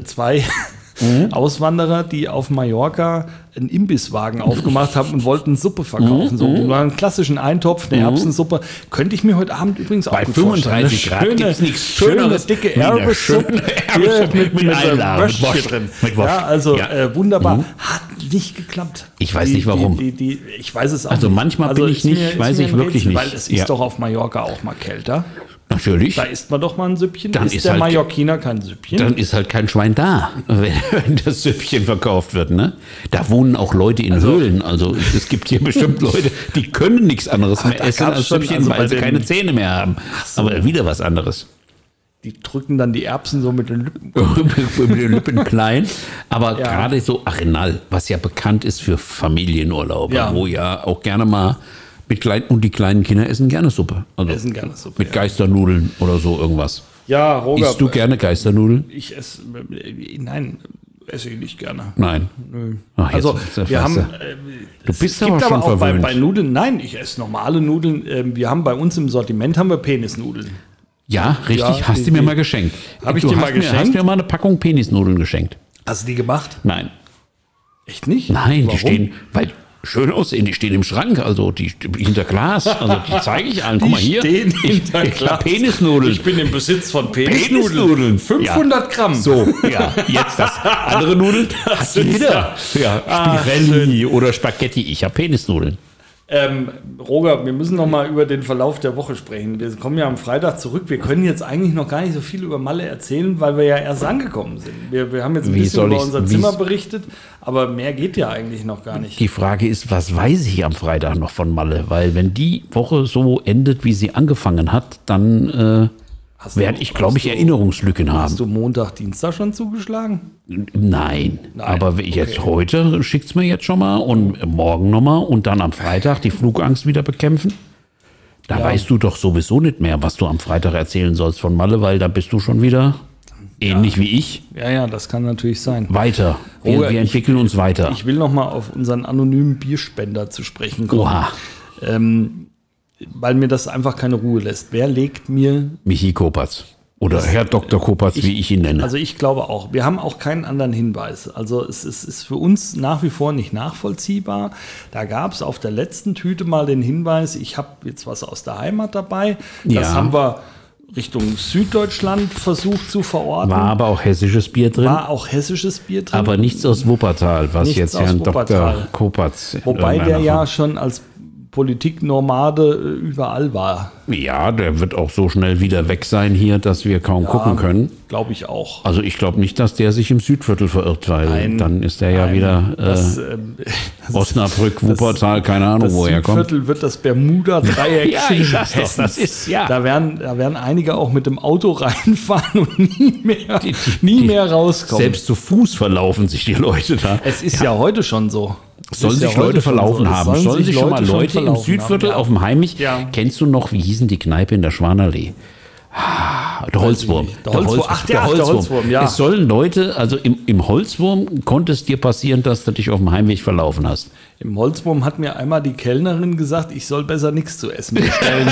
[SPEAKER 3] äh, zwei (laughs)
[SPEAKER 4] Mhm.
[SPEAKER 3] Auswanderer, die auf Mallorca einen Imbisswagen aufgemacht haben und wollten Suppe verkaufen.
[SPEAKER 4] Mhm.
[SPEAKER 3] So einen klassischen Eintopf, eine Erbsensuppe. Könnte ich mir heute Abend übrigens auch
[SPEAKER 4] Bei
[SPEAKER 3] gut
[SPEAKER 4] 35
[SPEAKER 3] vorstellen.
[SPEAKER 4] Grad
[SPEAKER 3] Eine
[SPEAKER 4] gibt's nichts
[SPEAKER 3] schöne,
[SPEAKER 4] Schöneres
[SPEAKER 3] dicke
[SPEAKER 4] wie eine
[SPEAKER 3] Erbsensuppe
[SPEAKER 4] schöne
[SPEAKER 3] hier
[SPEAKER 4] Erbsensuppe
[SPEAKER 3] mit,
[SPEAKER 4] mit
[SPEAKER 3] mit, mit,
[SPEAKER 4] Einlagen, mit Wurst
[SPEAKER 3] drin.
[SPEAKER 4] drin, mit Wurst.
[SPEAKER 3] Ja, also
[SPEAKER 4] Ja. Mhm.
[SPEAKER 3] Äh, wunderbar. Hat nicht geklappt.
[SPEAKER 4] Ich weiß
[SPEAKER 3] Die-
[SPEAKER 4] nicht, warum.
[SPEAKER 3] Die, die, die, ich weiß es auch
[SPEAKER 4] Also
[SPEAKER 3] nicht.
[SPEAKER 4] manchmal bin ich
[SPEAKER 3] ist
[SPEAKER 4] nicht,
[SPEAKER 3] ist
[SPEAKER 4] weiß ich
[SPEAKER 3] ein
[SPEAKER 4] wirklich
[SPEAKER 3] Weil
[SPEAKER 4] nicht.
[SPEAKER 3] es
[SPEAKER 4] Ja.
[SPEAKER 3] ist doch auf Mallorca auch mal kälter.
[SPEAKER 4] Natürlich.
[SPEAKER 3] Da isst man doch mal ein Süppchen.
[SPEAKER 4] Dann
[SPEAKER 3] ist
[SPEAKER 4] ist
[SPEAKER 3] der
[SPEAKER 4] halt-
[SPEAKER 3] Mallorquiner kein Süppchen?
[SPEAKER 4] Dann ist halt kein Schwein da, (laughs) wenn, wenn das Süppchen verkauft wird. Ne? Da wohnen auch Leute in Höhlen. Also es gibt hier bestimmt Leute, die können nichts anderes mehr
[SPEAKER 3] Ah, da
[SPEAKER 4] essen
[SPEAKER 3] gab's
[SPEAKER 4] als
[SPEAKER 3] schon,
[SPEAKER 4] Süppchen,
[SPEAKER 3] also bei
[SPEAKER 4] weil sie
[SPEAKER 3] den-
[SPEAKER 4] keine Zähne mehr haben. Aber wieder was anderes.
[SPEAKER 3] die drücken dann die Erbsen so mit den Lippen.
[SPEAKER 4] Mit den Lippen klein. Aber
[SPEAKER 3] Ja.
[SPEAKER 4] gerade so Arenal, was ja bekannt ist für Familienurlaube,
[SPEAKER 3] Ja.
[SPEAKER 4] wo ja auch gerne mal mit kleinen und die kleinen Kinder essen gerne Suppe. Also
[SPEAKER 3] Essen gerne Suppe,
[SPEAKER 4] Mit
[SPEAKER 3] ja.
[SPEAKER 4] Geisternudeln oder so irgendwas.
[SPEAKER 3] Ja, Roger.
[SPEAKER 4] Isst du gerne Geisternudeln?
[SPEAKER 3] ich esse. Nein, esse ich nicht gerne.
[SPEAKER 4] Nein. Ach, jetzt-
[SPEAKER 3] Also,
[SPEAKER 4] jetzt
[SPEAKER 3] wir
[SPEAKER 4] weißt
[SPEAKER 3] haben.
[SPEAKER 4] du.
[SPEAKER 3] äh,
[SPEAKER 4] Du
[SPEAKER 3] es
[SPEAKER 4] bist
[SPEAKER 3] gibt
[SPEAKER 4] aber schon
[SPEAKER 3] auch bei,
[SPEAKER 4] verwöhnt.
[SPEAKER 3] bei Nudeln. Nein, ich esse normale Nudeln. Ähm, wir haben bei uns im Sortiment haben wir Penisnudeln.
[SPEAKER 4] Ja, richtig.
[SPEAKER 3] Ja,
[SPEAKER 4] hast
[SPEAKER 3] die-
[SPEAKER 4] du mir
[SPEAKER 3] die-
[SPEAKER 4] mal geschenkt.
[SPEAKER 3] Hab ich
[SPEAKER 4] du
[SPEAKER 3] dir
[SPEAKER 4] hast
[SPEAKER 3] mal
[SPEAKER 4] Mir, hast
[SPEAKER 3] geschenkt?
[SPEAKER 4] mir mal eine Packung Penisnudeln geschenkt.
[SPEAKER 3] Hast du die gemacht?
[SPEAKER 4] Nein.
[SPEAKER 3] Echt nicht?
[SPEAKER 4] Nein,
[SPEAKER 3] Warum?
[SPEAKER 4] die stehen, weil schön aussehen, die stehen im Schrank, also die die hinter Glas. Also die zeige ich allen. Guck
[SPEAKER 3] Die
[SPEAKER 4] mal hier.
[SPEAKER 3] stehen hinter
[SPEAKER 4] ich, ich
[SPEAKER 3] Glas.
[SPEAKER 4] hab Penisnudeln.
[SPEAKER 3] Ich bin im Besitz von
[SPEAKER 4] Penisnudeln.
[SPEAKER 3] Penisnudeln. 500 Gramm.
[SPEAKER 4] so, ja, jetzt das. Andere Nudeln hat
[SPEAKER 3] ist Ah,
[SPEAKER 4] jeder. Ja, Spirelli oder Spaghetti. Ich habe Penisnudeln.
[SPEAKER 3] Ähm, Roger, wir müssen noch mal über den Verlauf der Woche sprechen. Wir kommen ja am Freitag zurück. Wir können jetzt eigentlich noch gar nicht so viel über Malle erzählen, weil wir ja erst angekommen sind. Wir, wir haben jetzt ein
[SPEAKER 4] Wie
[SPEAKER 3] bisschen
[SPEAKER 4] soll
[SPEAKER 3] über
[SPEAKER 4] ich's-
[SPEAKER 3] unser
[SPEAKER 4] wie-
[SPEAKER 3] Zimmer berichtet, aber mehr geht ja eigentlich noch gar nicht.
[SPEAKER 4] Die Frage ist, was weiß ich am Freitag noch von Malle? Weil wenn die Woche so endet, wie sie angefangen hat, dann äh,
[SPEAKER 3] Hast
[SPEAKER 4] werde
[SPEAKER 3] du-
[SPEAKER 4] ich, glaube
[SPEAKER 3] hast
[SPEAKER 4] ich,
[SPEAKER 3] du-
[SPEAKER 4] Erinnerungslücken haben.
[SPEAKER 3] Hast du Montag, Dienstag schon zugeschlagen?
[SPEAKER 4] Nein,
[SPEAKER 3] Nein,
[SPEAKER 4] aber jetzt heute schickt's mir jetzt schon mal und morgen nochmal und dann am Freitag die Flugangst wieder bekämpfen. Da weißt du doch sowieso nicht mehr, was du am Freitag erzählen sollst von Malle, weil da bist du schon wieder ähnlich wie ich
[SPEAKER 3] Ja, ja, das kann natürlich sein.
[SPEAKER 4] weiter. Wir,
[SPEAKER 3] Roger,
[SPEAKER 4] wir
[SPEAKER 3] ich-
[SPEAKER 4] entwickeln uns weiter.
[SPEAKER 3] Ich will noch mal auf unseren anonymen Bierspender zu sprechen kommen,
[SPEAKER 4] Oha,
[SPEAKER 3] weil mir das einfach keine Ruhe lässt. Wer legt mir
[SPEAKER 4] Michi Kopatz. Oder Herr Dr. Kopatz, wie ich ihn nenne.
[SPEAKER 3] Also ich glaube auch. Wir haben auch keinen anderen Hinweis. Also es, es ist für uns nach wie vor nicht nachvollziehbar. Da gab es auf der letzten Tüte mal den Hinweis, ich habe jetzt was aus der Heimat dabei. Das
[SPEAKER 4] Ja.
[SPEAKER 3] haben wir Richtung Süddeutschland versucht zu verorten.
[SPEAKER 4] war aber auch hessisches Bier drin,
[SPEAKER 3] War auch hessisches Bier drin.
[SPEAKER 4] aber nichts aus Wuppertal, was
[SPEAKER 3] Nichts
[SPEAKER 4] jetzt
[SPEAKER 3] aus
[SPEAKER 4] Herrn Dr.
[SPEAKER 3] Wuppertal.
[SPEAKER 4] Kopatz. äh,
[SPEAKER 3] Wobei der
[SPEAKER 4] irgendeiner
[SPEAKER 3] ja schon als Politiknomade äh, überall war.
[SPEAKER 4] von- Ja, der wird auch so schnell wieder weg sein hier, dass wir kaum gucken können.
[SPEAKER 3] Glaube ich auch.
[SPEAKER 4] Also ich glaube nicht, dass der sich im Südviertel verirrt, weil
[SPEAKER 3] Nein,
[SPEAKER 4] dann ist der ja
[SPEAKER 3] nein,
[SPEAKER 4] wieder äh,
[SPEAKER 3] das, ähm, (laughs)
[SPEAKER 4] Osnabrück, Wuppertal, keine Ahnung,
[SPEAKER 3] das
[SPEAKER 4] wo er Oh, kommt.
[SPEAKER 3] Südviertel wird das Bermuda-Dreieck
[SPEAKER 4] (laughs) Ja, ich sag's doch, das
[SPEAKER 3] Hessens.
[SPEAKER 4] ist- ja.
[SPEAKER 3] Da werden, da werden einige auch mit dem Auto (laughs) reinfahren und nie mehr, nie
[SPEAKER 4] die-
[SPEAKER 3] mehr rauskommen.
[SPEAKER 4] Selbst zu Fuß verlaufen sich die Leute da.
[SPEAKER 3] es ist ja, heute schon so. Es
[SPEAKER 4] Sollen
[SPEAKER 3] ist ja
[SPEAKER 4] sich
[SPEAKER 3] heute
[SPEAKER 4] Leute
[SPEAKER 3] schon so.
[SPEAKER 4] verlaufen
[SPEAKER 3] Es
[SPEAKER 4] haben? Sollen, sich schon mal Leute im
[SPEAKER 3] verlaufen
[SPEAKER 4] Südviertel
[SPEAKER 3] haben,
[SPEAKER 4] auf dem Heimich?
[SPEAKER 3] Ja.
[SPEAKER 4] Kennst du noch, wie hießen die Kneipe in der Schwanerlee? Ah, Der Holzwurm.
[SPEAKER 3] nicht. Der Holzwurm. Ach, der- ach, der Holzwurm, ja.
[SPEAKER 4] Es sollen Leute, also im, im Holzwurm konnte es dir passieren, dass du dich auf dem Heimweg verlaufen hast.
[SPEAKER 3] Im Holzwurm hat mir einmal die Kellnerin gesagt, ich soll besser nichts zu essen
[SPEAKER 4] (laughs)
[SPEAKER 3] bestellen.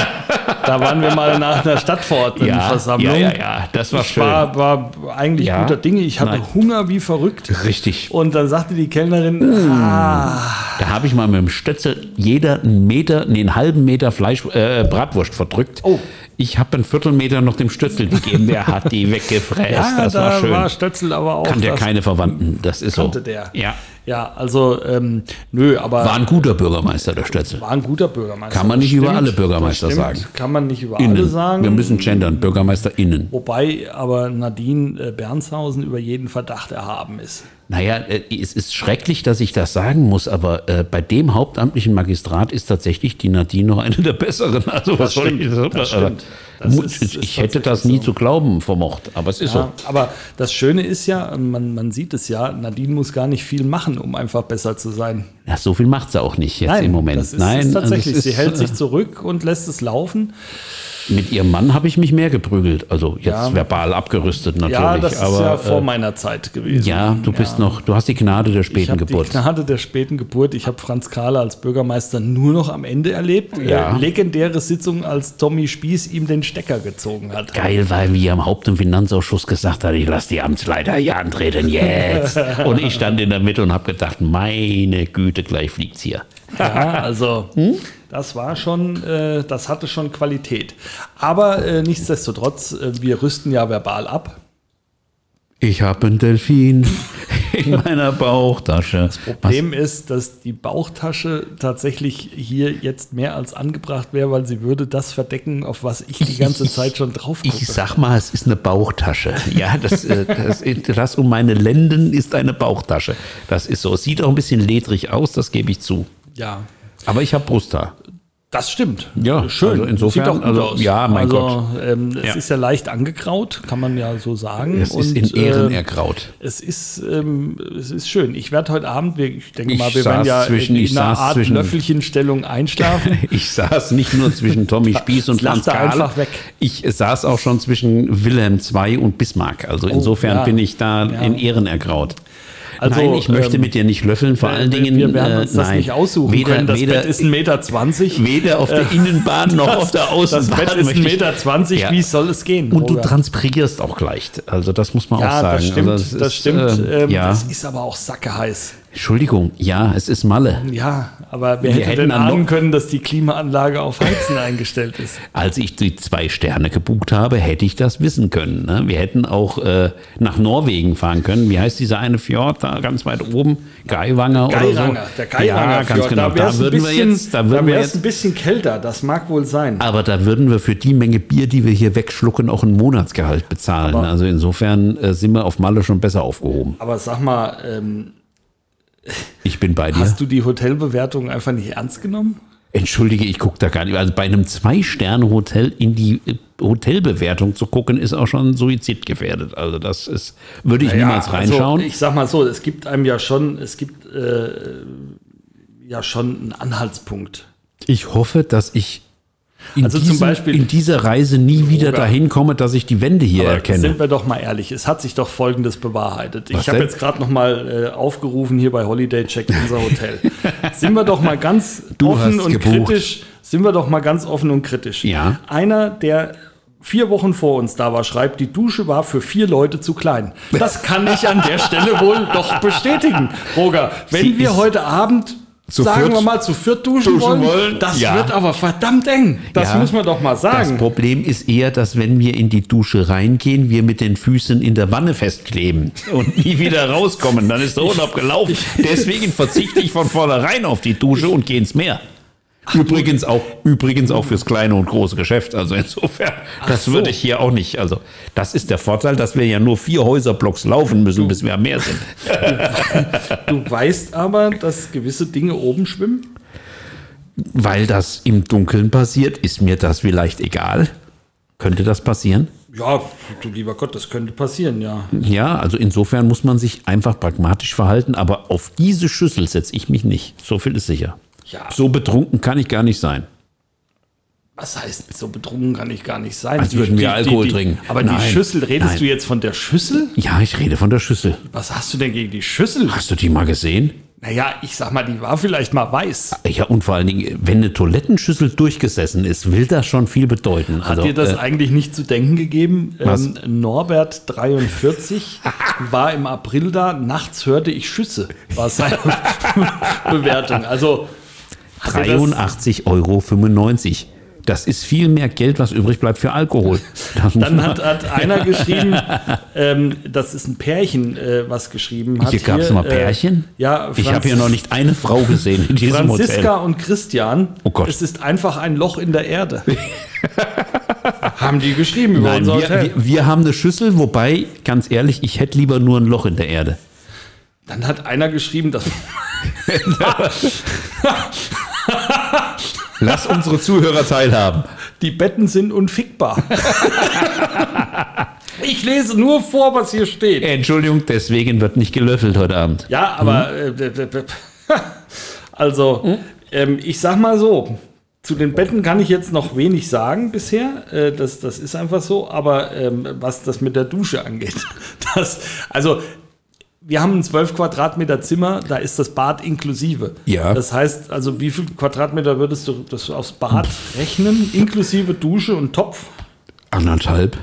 [SPEAKER 3] da waren wir mal nach einer Stadtverordnetenversammlung.
[SPEAKER 4] Ja, ja, ja, das war
[SPEAKER 3] ich war, war eigentlich
[SPEAKER 4] Ja?
[SPEAKER 3] guter Dinge. Ich hatte
[SPEAKER 4] Nein.
[SPEAKER 3] Hunger wie verrückt.
[SPEAKER 4] Richtig. Mm.
[SPEAKER 3] Und dann sagte die Kellnerin, ah,
[SPEAKER 4] Da habe ich mal mit dem Stötzel jeder einen Meter, nee, einen halben Meter Fleisch, äh, Bratwurst verdrückt.
[SPEAKER 3] Oh.
[SPEAKER 4] Ich habe einen Viertelmeter noch dem Stötzel gegeben. Der
[SPEAKER 3] (laughs)
[SPEAKER 4] hat die weggefräst.
[SPEAKER 3] ja,
[SPEAKER 4] das
[SPEAKER 3] da
[SPEAKER 4] war
[SPEAKER 3] war,
[SPEAKER 4] schön.
[SPEAKER 3] Stötzel aber auch.
[SPEAKER 4] Kann der
[SPEAKER 3] das
[SPEAKER 4] keine Verwandten. Das ist so.
[SPEAKER 3] kannte der.
[SPEAKER 4] Ja.
[SPEAKER 3] ja also, ähm, nö, aber
[SPEAKER 4] War ein guter Bürgermeister, der Stötzel.
[SPEAKER 3] war ein guter Bürgermeister.
[SPEAKER 4] Kann man nicht
[SPEAKER 3] Das
[SPEAKER 4] über alle
[SPEAKER 3] stimmt,
[SPEAKER 4] Bürgermeister
[SPEAKER 3] das stimmt.
[SPEAKER 4] sagen.
[SPEAKER 3] Kann man nicht über alle
[SPEAKER 4] Innen.
[SPEAKER 3] sagen.
[SPEAKER 4] Wir müssen gendern, BürgermeisterInnen.
[SPEAKER 3] Wobei aber Nadine äh, Bernshausen über jeden Verdacht erhaben ist.
[SPEAKER 4] Naja, äh, es ist schrecklich, dass ich das sagen muss, aber äh, bei dem hauptamtlichen Magistrat ist tatsächlich die Nadine noch eine der besseren. (laughs) Also was soll ich sagen?
[SPEAKER 3] das stimmt. Das
[SPEAKER 4] Mut-
[SPEAKER 3] ist- ist
[SPEAKER 4] ich hätte das
[SPEAKER 3] tatsächlich
[SPEAKER 4] nie
[SPEAKER 3] so.
[SPEAKER 4] zu glauben vermocht, aber es ist
[SPEAKER 3] Ja,
[SPEAKER 4] so.
[SPEAKER 3] aber das Schöne ist ja, man, man sieht es ja, Nadine muss gar nicht viel machen, um einfach besser zu sein.
[SPEAKER 4] Ja, so viel macht sie auch nicht jetzt im Moment.
[SPEAKER 3] das ist,
[SPEAKER 4] Nein,
[SPEAKER 3] ist
[SPEAKER 4] also es
[SPEAKER 3] tatsächlich.
[SPEAKER 4] ist,
[SPEAKER 3] sie hält sich
[SPEAKER 4] äh,
[SPEAKER 3] zurück und lässt es laufen.
[SPEAKER 4] Mit ihrem Mann habe ich mich mehr geprügelt. Also jetzt
[SPEAKER 3] Ja.
[SPEAKER 4] verbal abgerüstet natürlich.
[SPEAKER 3] Ja, das
[SPEAKER 4] aber,
[SPEAKER 3] ist ja vor
[SPEAKER 4] äh,
[SPEAKER 3] meiner Zeit gewesen.
[SPEAKER 4] ja, du bist noch, du hast die Gnade der
[SPEAKER 3] Ich
[SPEAKER 4] späten
[SPEAKER 3] habe die
[SPEAKER 4] Geburt.
[SPEAKER 3] Gnade der späten Geburt. Ich habe Franz Kahler als Bürgermeister nur noch am Ende erlebt.
[SPEAKER 4] Ja.
[SPEAKER 3] Äh, Legendäre Sitzung, als Tommy Spieß ihm den Stecker gezogen hat.
[SPEAKER 4] Geil, weil mir im Haupt- und Finanzausschuss gesagt hat, ich lasse die Amtsleiter hier antreten, (laughs) jetzt. Und ich stand in der Mitte und habe gedacht, meine Güte, gleich fliegt's hier.
[SPEAKER 3] Ja, also
[SPEAKER 4] Hm?
[SPEAKER 3] das war schon, äh, das hatte schon Qualität. Aber äh, nichtsdestotrotz, äh, wir rüsten ja verbal ab.
[SPEAKER 4] Ich habe einen Delfin (laughs) in meiner Bauchtasche.
[SPEAKER 3] Problem ist, dass die Bauchtasche tatsächlich hier jetzt mehr als angebracht wäre, weil sie würde das verdecken, auf was ich die ganze Zeit schon drauf
[SPEAKER 4] Ich
[SPEAKER 3] gucke.
[SPEAKER 4] sag mal, es ist eine Bauchtasche. Ja, das, äh, das, das um meine Lenden ist eine Bauchtasche. Das ist so. Es sieht auch ein bisschen ledrig aus, das gebe ich zu.
[SPEAKER 3] Ja,
[SPEAKER 4] Aber ich habe Brusthaar.
[SPEAKER 3] das stimmt.
[SPEAKER 4] Ja,
[SPEAKER 3] schön.
[SPEAKER 4] also insofern,
[SPEAKER 3] Sieht auch gut
[SPEAKER 4] also,
[SPEAKER 3] aus.
[SPEAKER 4] ja, mein
[SPEAKER 3] also,
[SPEAKER 4] Gott.
[SPEAKER 3] Ähm, es
[SPEAKER 4] Ja.
[SPEAKER 3] ist ja leicht angegraut, kann man ja so sagen.
[SPEAKER 4] Es ist
[SPEAKER 3] Und,
[SPEAKER 4] in Ehren
[SPEAKER 3] äh,
[SPEAKER 4] ergraut.
[SPEAKER 3] Es ist, ähm, es ist schön. Ich werde heute Abend, wir- ich denke
[SPEAKER 4] Ich
[SPEAKER 3] mal, wir
[SPEAKER 4] saß
[SPEAKER 3] werden ja
[SPEAKER 4] zwischen-
[SPEAKER 3] in
[SPEAKER 4] ich
[SPEAKER 3] einer
[SPEAKER 4] saß
[SPEAKER 3] Art
[SPEAKER 4] zwischen-
[SPEAKER 3] Löffelchenstellung
[SPEAKER 4] (laughs)
[SPEAKER 3] einschlafen.
[SPEAKER 4] Ich saß nicht nur
[SPEAKER 3] (laughs)
[SPEAKER 4] zwischen Tommy Spieß und
[SPEAKER 3] Das lacht
[SPEAKER 4] Franz
[SPEAKER 3] er
[SPEAKER 4] Kahler.
[SPEAKER 3] einfach weg.
[SPEAKER 4] Ich saß auch schon zwischen Wilhelm II und Bismarck. Also insofern
[SPEAKER 3] Oh, ja.
[SPEAKER 4] bin ich da
[SPEAKER 3] Ja.
[SPEAKER 4] in Ehren ergraut.
[SPEAKER 3] Also,
[SPEAKER 4] nein, ich möchte
[SPEAKER 3] ähm,
[SPEAKER 4] mit dir nicht löffeln. Vor allen Dingen,
[SPEAKER 3] wir werden
[SPEAKER 4] äh,
[SPEAKER 3] uns das
[SPEAKER 4] nein,
[SPEAKER 3] nicht aussuchen
[SPEAKER 4] weder,
[SPEAKER 3] können. Das
[SPEAKER 4] weder,
[SPEAKER 3] Bett ist 1,20 Meter. 20.
[SPEAKER 4] weder
[SPEAKER 3] (laughs)
[SPEAKER 4] auf der Innenbahn noch auf der
[SPEAKER 3] Das
[SPEAKER 4] Außenbahn.
[SPEAKER 3] Bett ist 1,20
[SPEAKER 4] möchte ich-
[SPEAKER 3] Meter. 20.
[SPEAKER 4] Ja.
[SPEAKER 3] Wie soll es gehen?
[SPEAKER 4] Und du
[SPEAKER 3] Roger?
[SPEAKER 4] transpirierst auch leicht. Also das muss man auch
[SPEAKER 3] ja,
[SPEAKER 4] sagen.
[SPEAKER 3] das stimmt.
[SPEAKER 4] also
[SPEAKER 3] das stimmt.
[SPEAKER 4] äh,
[SPEAKER 3] ähm,
[SPEAKER 4] ja.
[SPEAKER 3] Das ist aber auch sackeheiß.
[SPEAKER 4] Entschuldigung, ja, es ist Malle.
[SPEAKER 3] Ja, aber wer
[SPEAKER 4] Wir
[SPEAKER 3] hätte
[SPEAKER 4] hätten
[SPEAKER 3] denn
[SPEAKER 4] dann noch-
[SPEAKER 3] ahnen können, dass die Klimaanlage auf Heizen (laughs) eingestellt ist?
[SPEAKER 4] Als ich die zwei Sterne gebucht habe, hätte ich das wissen können. Ne? Wir hätten auch äh, nach Norwegen fahren können. Wie heißt dieser eine Fjord da ganz weit oben? Geiwanger oder so?
[SPEAKER 3] Geiranger, der Geiranger
[SPEAKER 4] Ja, ganz genau.
[SPEAKER 3] Da, wär's ein
[SPEAKER 4] Da würden wir
[SPEAKER 3] bisschen-
[SPEAKER 4] jetzt, da
[SPEAKER 3] da
[SPEAKER 4] würden wir
[SPEAKER 3] wär's ein
[SPEAKER 4] jetzt, Ah.
[SPEAKER 3] bisschen kälter. Das mag wohl sein.
[SPEAKER 4] aber da würden wir für die Menge Bier, die wir hier wegschlucken, auch ein Monatsgehalt bezahlen. also insofern äh, sind wir auf Malle schon besser aufgehoben.
[SPEAKER 3] Aber sag mal, ähm,
[SPEAKER 4] Ich bin bei dir.
[SPEAKER 3] Hast du die Hotelbewertung einfach nicht ernst genommen?
[SPEAKER 4] Entschuldige, ich gucke da gar nicht. Also bei einem Zwei-Sterne-Hotel in die äh, Hotelbewertung zu gucken, ist auch schon suizidgefährdet. Also das ist, würde ich niemals reinschauen.
[SPEAKER 3] Also, ich sag mal so, es gibt einem ja schon, es gibt äh, ja schon einen Anhaltspunkt.
[SPEAKER 4] Ich hoffe, dass ich in,
[SPEAKER 3] Also zum
[SPEAKER 4] diesem,
[SPEAKER 3] Beispiel-
[SPEAKER 4] in dieser Reise nie wieder
[SPEAKER 3] Oder-
[SPEAKER 4] dahin komme, dass ich die Wände hier erkenne.
[SPEAKER 3] Sind wir doch mal ehrlich, es hat sich doch Folgendes bewahrheitet.
[SPEAKER 4] Was
[SPEAKER 3] ich habe
[SPEAKER 4] denn?
[SPEAKER 3] jetzt gerade noch mal äh, aufgerufen hier bei Holiday Check unser
[SPEAKER 4] (laughs)
[SPEAKER 3] Hotel. sind wir doch mal ganz
[SPEAKER 4] Du
[SPEAKER 3] offen
[SPEAKER 4] hast
[SPEAKER 3] und
[SPEAKER 4] gebucht.
[SPEAKER 3] kritisch. Sind wir doch mal ganz offen und kritisch.
[SPEAKER 4] Ja.
[SPEAKER 3] Einer der vier Wochen vor uns da war, schreibt, die Dusche war für vier Leute zu klein. Das kann ich an der Stelle wohl doch bestätigen, Roger. Wenn
[SPEAKER 4] Sie
[SPEAKER 3] wir
[SPEAKER 4] ist
[SPEAKER 3] heute Abend,
[SPEAKER 4] zu
[SPEAKER 3] sagen
[SPEAKER 4] viert
[SPEAKER 3] wir mal, zu viert duschen,
[SPEAKER 4] duschen
[SPEAKER 3] wollen,
[SPEAKER 4] wollen,
[SPEAKER 3] das
[SPEAKER 4] ja.
[SPEAKER 3] wird aber verdammt eng. Das
[SPEAKER 4] Ja,
[SPEAKER 3] muss man doch mal
[SPEAKER 4] Das
[SPEAKER 3] sagen.
[SPEAKER 4] Problem ist eher, dass wenn wir in die Dusche reingehen, wir mit den Füßen in der Wanne festkleben und nie wieder rauskommen. Dann ist der Urlaub gelaufen. Deswegen verzichte ich von vornherein auf die Dusche und gehe ins Meer. Übrigens auch, übrigens auch fürs kleine und große Geschäft. Also insofern, das würde ich hier auch nicht. Also, das ist der Vorteil, dass wir ja nur vier Häuserblocks laufen müssen, bis wir am Meer sind.
[SPEAKER 3] Du weißt aber, dass gewisse Dinge oben schwimmen.
[SPEAKER 4] Weil das im Dunkeln passiert, ist mir das vielleicht egal. Könnte das passieren?
[SPEAKER 3] Ja, du lieber Gott, das könnte passieren, ja.
[SPEAKER 4] Ja, also insofern muss man sich einfach pragmatisch verhalten, aber auf diese Schüssel setze ich mich nicht. So viel ist sicher.
[SPEAKER 3] Ja.
[SPEAKER 4] So betrunken kann ich gar nicht sein.
[SPEAKER 3] Was heißt, so betrunken kann ich gar nicht sein.
[SPEAKER 4] Als Also würden wir Alkohol
[SPEAKER 3] die,
[SPEAKER 4] trinken.
[SPEAKER 3] Aber die
[SPEAKER 4] Nein,
[SPEAKER 3] Schüssel, redest
[SPEAKER 4] nein.
[SPEAKER 3] du jetzt von der Schüssel?
[SPEAKER 4] Ja, ich rede von der Schüssel.
[SPEAKER 3] Was hast du denn gegen die Schüssel?
[SPEAKER 4] Hast du die mal gesehen?
[SPEAKER 3] Naja, ich sag mal, die war vielleicht mal weiß.
[SPEAKER 4] Ja, und vor allen Dingen, wenn eine Toilettenschüssel durchgesessen ist, will das schon viel bedeuten. Also,
[SPEAKER 3] Hat dir das
[SPEAKER 4] äh,
[SPEAKER 3] eigentlich nicht zu denken gegeben?
[SPEAKER 4] was?
[SPEAKER 3] Ähm, Norbert
[SPEAKER 4] (laughs)
[SPEAKER 3] 43 war im April da, nachts hörte ich Schüsse, war seine (laughs) Bewertung. Also hat dir das-
[SPEAKER 4] 83,95 Euro. Das ist viel mehr Geld, was übrig bleibt für Alkohol. Das muss
[SPEAKER 3] Dann
[SPEAKER 4] man-
[SPEAKER 3] hat, hat einer geschrieben, ähm, das ist ein Pärchen, äh, was geschrieben hat.
[SPEAKER 4] hier gab es mal Pärchen?
[SPEAKER 3] Äh, ja,
[SPEAKER 4] ich habe hier
[SPEAKER 3] Franz-
[SPEAKER 4] noch nicht eine Frau gesehen in diesem Hotel.
[SPEAKER 3] Franziska und Christian.
[SPEAKER 4] Oh Gott.
[SPEAKER 3] Es ist einfach ein Loch in der
[SPEAKER 4] (laughs)
[SPEAKER 3] Erde. Haben die geschrieben über
[SPEAKER 4] Nein,
[SPEAKER 3] unser
[SPEAKER 4] wir,
[SPEAKER 3] Hotel?
[SPEAKER 4] wir, wir haben eine Schüssel, wobei, ganz ehrlich, ich hätte lieber nur ein Loch in der Erde.
[SPEAKER 3] Dann hat einer geschrieben, dass (laughs)
[SPEAKER 4] Lass unsere Zuhörer teilhaben.
[SPEAKER 3] die Betten sind
[SPEAKER 4] (laughs)
[SPEAKER 3] unfickbar. ich lese nur vor, was hier steht.
[SPEAKER 4] Entschuldigung, deswegen wird nicht gelöffelt heute Abend.
[SPEAKER 3] Ja, aber
[SPEAKER 4] Mhm.
[SPEAKER 3] äh, d- d- d- (laughs) also ähm, ich sag mal so. Zu den Betten kann ich jetzt noch wenig sagen bisher. Äh, das, das ist einfach so. Aber ähm, was das mit der Dusche (laughs) angeht, das, also wir haben ein 12 Quadratmeter Zimmer, da ist das Bad inklusive.
[SPEAKER 4] Ja.
[SPEAKER 3] Das heißt, also wie viel Quadratmeter würdest du das aufs Bad rechnen, inklusive Dusche und Topf?
[SPEAKER 4] Anderthalb.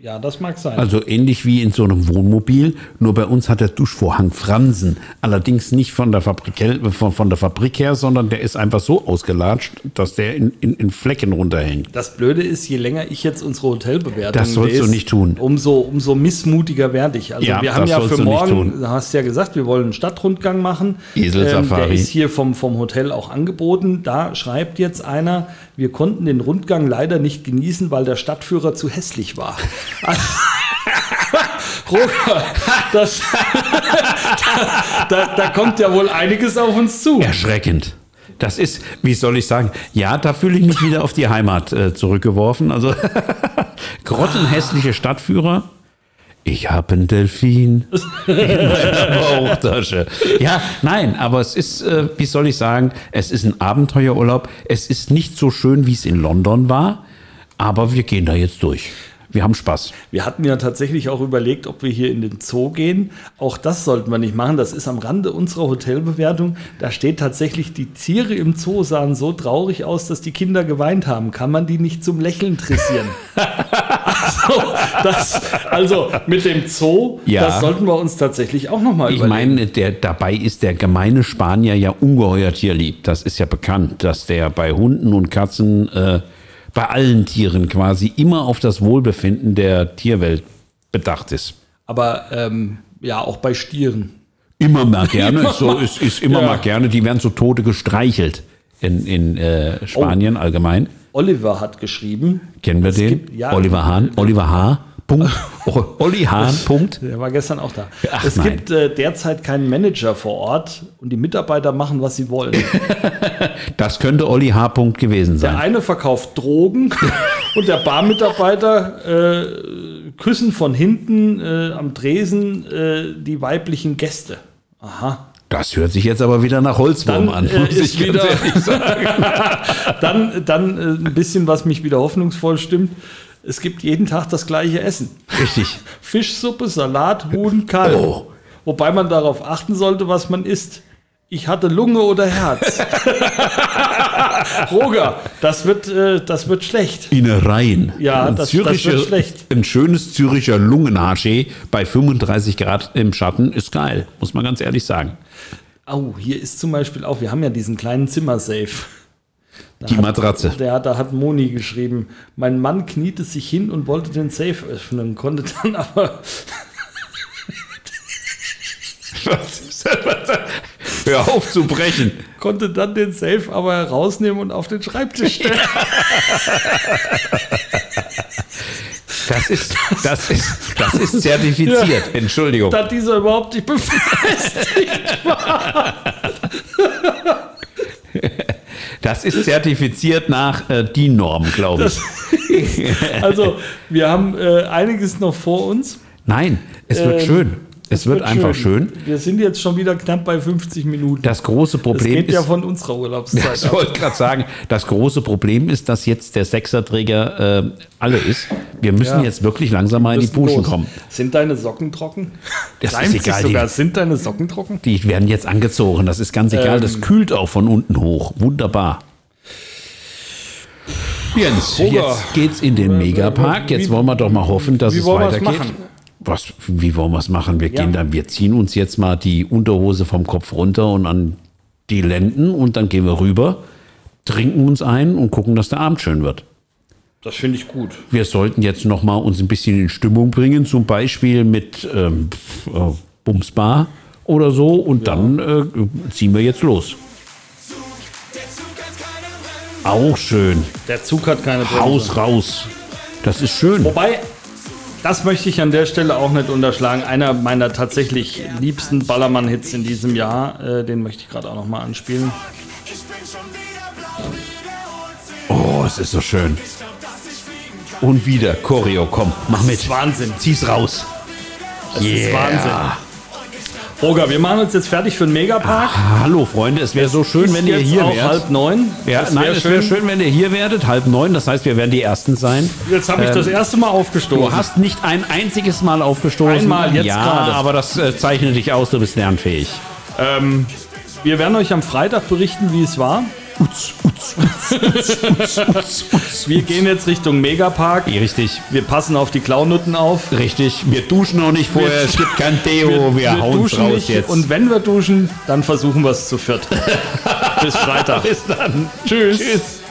[SPEAKER 3] Ja, das mag sein.
[SPEAKER 4] Also ähnlich wie in so einem Wohnmobil, nur bei uns hat der Duschvorhang Fransen. Allerdings nicht von der Fabrik, hel- von, von der Fabrik her, sondern der ist einfach so ausgelatscht, dass der in, in, in Flecken runterhängt.
[SPEAKER 3] Das Blöde ist, je länger ich jetzt unsere Hotelbewertung
[SPEAKER 4] Das sollst du nicht tun.
[SPEAKER 3] Umso, umso missmutiger werde ich. Also
[SPEAKER 4] Ja,
[SPEAKER 3] wir haben
[SPEAKER 4] das
[SPEAKER 3] ja
[SPEAKER 4] sollst
[SPEAKER 3] für
[SPEAKER 4] du nicht
[SPEAKER 3] morgen,
[SPEAKER 4] tun.
[SPEAKER 3] du hast ja gesagt, wir wollen einen Stadtrundgang machen. Ähm,
[SPEAKER 4] Eselsafari.
[SPEAKER 3] der ist hier vom, vom Hotel auch angeboten. Da schreibt jetzt einer, wir konnten den Rundgang leider nicht genießen, weil der Stadtführer zu hässlich war. (laughs) Roger, das, (laughs) da, da kommt ja wohl einiges auf uns zu.
[SPEAKER 4] Erschreckend. Das ist, wie soll ich sagen, ja, da fühle ich mich wieder auf die Heimat äh, zurückgeworfen. Also (laughs) grottenhässliche Stadtführer. Ich habe einen Delfin (laughs) in meiner Bauchtasche. Ja, nein, aber es ist, äh, wie soll ich sagen, es ist ein Abenteuerurlaub. Es ist nicht so schön, wie es in London war, aber wir gehen da jetzt durch. Wir haben Spaß.
[SPEAKER 3] Wir hatten ja tatsächlich auch überlegt, ob wir hier in den Zoo gehen. Auch das sollten wir nicht machen. Das ist am Rande unserer Hotelbewertung. Da steht tatsächlich, die Tiere im Zoo sahen so traurig aus, dass die Kinder geweint haben. Kann man die nicht zum Lächeln
[SPEAKER 4] (laughs)
[SPEAKER 3] dressieren? also, das, also mit dem Zoo,
[SPEAKER 4] Ja.
[SPEAKER 3] das sollten wir uns tatsächlich auch nochmal
[SPEAKER 4] Ich
[SPEAKER 3] überlegen.
[SPEAKER 4] meine, der, dabei ist der gemeine Spanier ja ungeheuer tierlieb. Das ist ja bekannt, dass der bei Hunden und Katzen, äh, bei allen Tieren quasi immer auf das Wohlbefinden der Tierwelt bedacht ist.
[SPEAKER 3] Aber ähm, ja, auch bei Stieren.
[SPEAKER 4] Immer
[SPEAKER 3] (laughs)
[SPEAKER 4] mal gerne, so ist, ist immer
[SPEAKER 3] Ja.
[SPEAKER 4] mal gerne. Die werden zu Tode gestreichelt in, in äh, Spanien allgemein.
[SPEAKER 3] Oliver hat geschrieben,
[SPEAKER 4] Kennen wir den?
[SPEAKER 3] Oh. gibt- ja.
[SPEAKER 4] Oliver Hahn, Oliver H.
[SPEAKER 3] (laughs)
[SPEAKER 4] Punkt. Olli Hahn, Punkt.
[SPEAKER 3] Der war gestern auch da.
[SPEAKER 4] Ach,
[SPEAKER 3] es
[SPEAKER 4] nein.
[SPEAKER 3] gibt äh, derzeit keinen Manager vor Ort und die Mitarbeiter machen, was sie
[SPEAKER 4] (laughs)
[SPEAKER 3] wollen.
[SPEAKER 4] Das könnte Olli H. Punkt gewesen
[SPEAKER 3] Der
[SPEAKER 4] sein.
[SPEAKER 3] eine verkauft Drogen und der Barmitarbeiter äh, küssen von hinten äh, am Tresen äh, die weiblichen Gäste. Aha.
[SPEAKER 4] Das hört sich jetzt aber wieder nach Holzwurm
[SPEAKER 3] Dann,
[SPEAKER 4] an.
[SPEAKER 3] äh,
[SPEAKER 4] muss
[SPEAKER 3] ist
[SPEAKER 4] ich ganz
[SPEAKER 3] wieder- (laughs)
[SPEAKER 4] ehrlich sagen.
[SPEAKER 3] Dann, dann äh, ein bisschen, was mich wieder hoffnungsvoll stimmt. Es gibt jeden Tag das gleiche Essen. (laughs)
[SPEAKER 4] Richtig.
[SPEAKER 3] Fischsuppe, Salat, Huhn, Kalb.
[SPEAKER 4] Oh.
[SPEAKER 3] Wobei man darauf achten sollte, was man isst. ich hatte Lunge oder Herz. (laughs) Roger, das wird, äh, das wird schlecht.
[SPEAKER 4] Innereien.
[SPEAKER 3] Ja,
[SPEAKER 4] ein
[SPEAKER 3] das- das wird schlecht.
[SPEAKER 4] Ein schönes Züricher Lungenhaché bei 35 Grad im Schatten ist geil, muss man ganz ehrlich sagen.
[SPEAKER 3] Au, hier ist zum Beispiel auch, wir haben ja diesen kleinen Zimmersafe.
[SPEAKER 4] Die Matratze.
[SPEAKER 3] Der hat, da hat Moni geschrieben, mein Mann kniete sich hin und wollte den Safe öffnen, konnte dann (laughs) aber
[SPEAKER 4] Was ist das? Hör auf zu brechen.
[SPEAKER 3] konnte dann den Safe aber herausnehmen und auf den
[SPEAKER 4] (laughs)
[SPEAKER 3] Schreibtisch stellen.
[SPEAKER 4] Das ist, das ist, das ist zertifiziert. Entschuldigung.
[SPEAKER 3] Da dieser überhaupt nicht befestigt.
[SPEAKER 4] Das ist zertifiziert nach äh, DIN Norm, glaube ich.
[SPEAKER 3] Also, wir haben äh, einiges noch vor uns.
[SPEAKER 4] Nein, es wird
[SPEAKER 3] Ähm,
[SPEAKER 4] schön. Es wird, einfach schön.
[SPEAKER 3] Wir sind jetzt schon wieder knapp bei 50 Minuten.
[SPEAKER 4] Das große
[SPEAKER 3] das
[SPEAKER 4] Problem
[SPEAKER 3] geht
[SPEAKER 4] ist.
[SPEAKER 3] ja
[SPEAKER 4] (laughs)
[SPEAKER 3] von unserer Urlaubszeit
[SPEAKER 4] Ich wollte gerade sagen, das große Problem ist, dass jetzt der Sechserträger äh, alle ist. Wir müssen
[SPEAKER 3] Ja.
[SPEAKER 4] jetzt wirklich langsam mal in die
[SPEAKER 3] Müssen
[SPEAKER 4] Puschen
[SPEAKER 3] los.
[SPEAKER 4] kommen.
[SPEAKER 3] Sind deine Socken trocken?
[SPEAKER 4] Das ist
[SPEAKER 3] Reimt sich
[SPEAKER 4] egal, die-
[SPEAKER 3] Sogar. Sind deine Socken trocken?
[SPEAKER 4] Die werden jetzt angezogen, das ist ganz egal. das
[SPEAKER 3] Ähm.
[SPEAKER 4] kühlt auch von unten hoch. Wunderbar. Jens, jetzt geht's in den Megapark. Jetzt
[SPEAKER 3] wie-
[SPEAKER 4] wollen wir doch mal hoffen, dass
[SPEAKER 3] wie
[SPEAKER 4] es
[SPEAKER 3] wollen wir's
[SPEAKER 4] weitergeht.
[SPEAKER 3] machen?
[SPEAKER 4] Was, wie wollen wir es machen? Wir gehen dann, wir ziehen uns jetzt mal die Unterhose vom Kopf runter und an die Lenden und dann gehen wir rüber, trinken uns ein und gucken, dass der Abend schön wird.
[SPEAKER 3] Das finde ich gut.
[SPEAKER 4] Wir sollten jetzt noch mal uns ein bisschen in Stimmung bringen, zum Beispiel mit ähm, pf, äh, Bumsbar oder so. Und dann äh, ziehen wir jetzt los. Auch schön.
[SPEAKER 3] Der Zug hat keine Bremse.
[SPEAKER 4] Haus raus. Das ist schön.
[SPEAKER 3] Wobei, das möchte ich an der Stelle auch nicht unterschlagen. Einer meiner tatsächlich liebsten Ballermann-Hits in diesem Jahr, äh, den möchte ich gerade auch nochmal anspielen.
[SPEAKER 1] Ich bin schon wieder blau, der holt sich.
[SPEAKER 4] Oh, es ist so schön.
[SPEAKER 1] Ich glaub, dass ich fliegen kann.
[SPEAKER 4] Und wieder Choreo, komm, mach mit.
[SPEAKER 3] Wahnsinn.
[SPEAKER 4] Zieh's raus.
[SPEAKER 3] Das ist Wahnsinn. Roger, wir machen uns jetzt fertig für den Megapark.
[SPEAKER 4] Hallo Freunde, es wäre so schön, wenn ihr
[SPEAKER 3] Jetzt
[SPEAKER 4] hier
[SPEAKER 3] auch
[SPEAKER 4] wärt.
[SPEAKER 3] halb neun.
[SPEAKER 4] Ja,
[SPEAKER 3] Das
[SPEAKER 4] nein,
[SPEAKER 3] wär
[SPEAKER 4] es wäre schön, wenn ihr hier werdet, halb neun. Das heißt, wir werden die Ersten sein.
[SPEAKER 3] Jetzt habe ich das erste Mal
[SPEAKER 4] Ähm, Du
[SPEAKER 3] aufgestoßen.
[SPEAKER 4] hast nicht ein einziges Mal aufgestoßen.
[SPEAKER 3] Einmal, jetzt
[SPEAKER 4] ja,
[SPEAKER 3] gerade.
[SPEAKER 4] aber das äh, zeichnet dich aus, du bist lernfähig.
[SPEAKER 3] Ähm, wir werden euch am Freitag berichten, wie es war. Wir gehen jetzt Richtung Megapark.
[SPEAKER 4] Richtig,
[SPEAKER 3] Wir passen auf die Klaunutten auf.
[SPEAKER 4] richtig. Wir duschen noch nicht vorher, es gibt kein Deo, wir, hauen's
[SPEAKER 3] duschen
[SPEAKER 4] raus
[SPEAKER 3] nicht
[SPEAKER 4] jetzt.
[SPEAKER 3] Und wenn wir duschen, dann versuchen wir es zu viert. (laughs) Bis Freitag.
[SPEAKER 4] bis dann.
[SPEAKER 3] Tschüss.
[SPEAKER 4] Tschüss.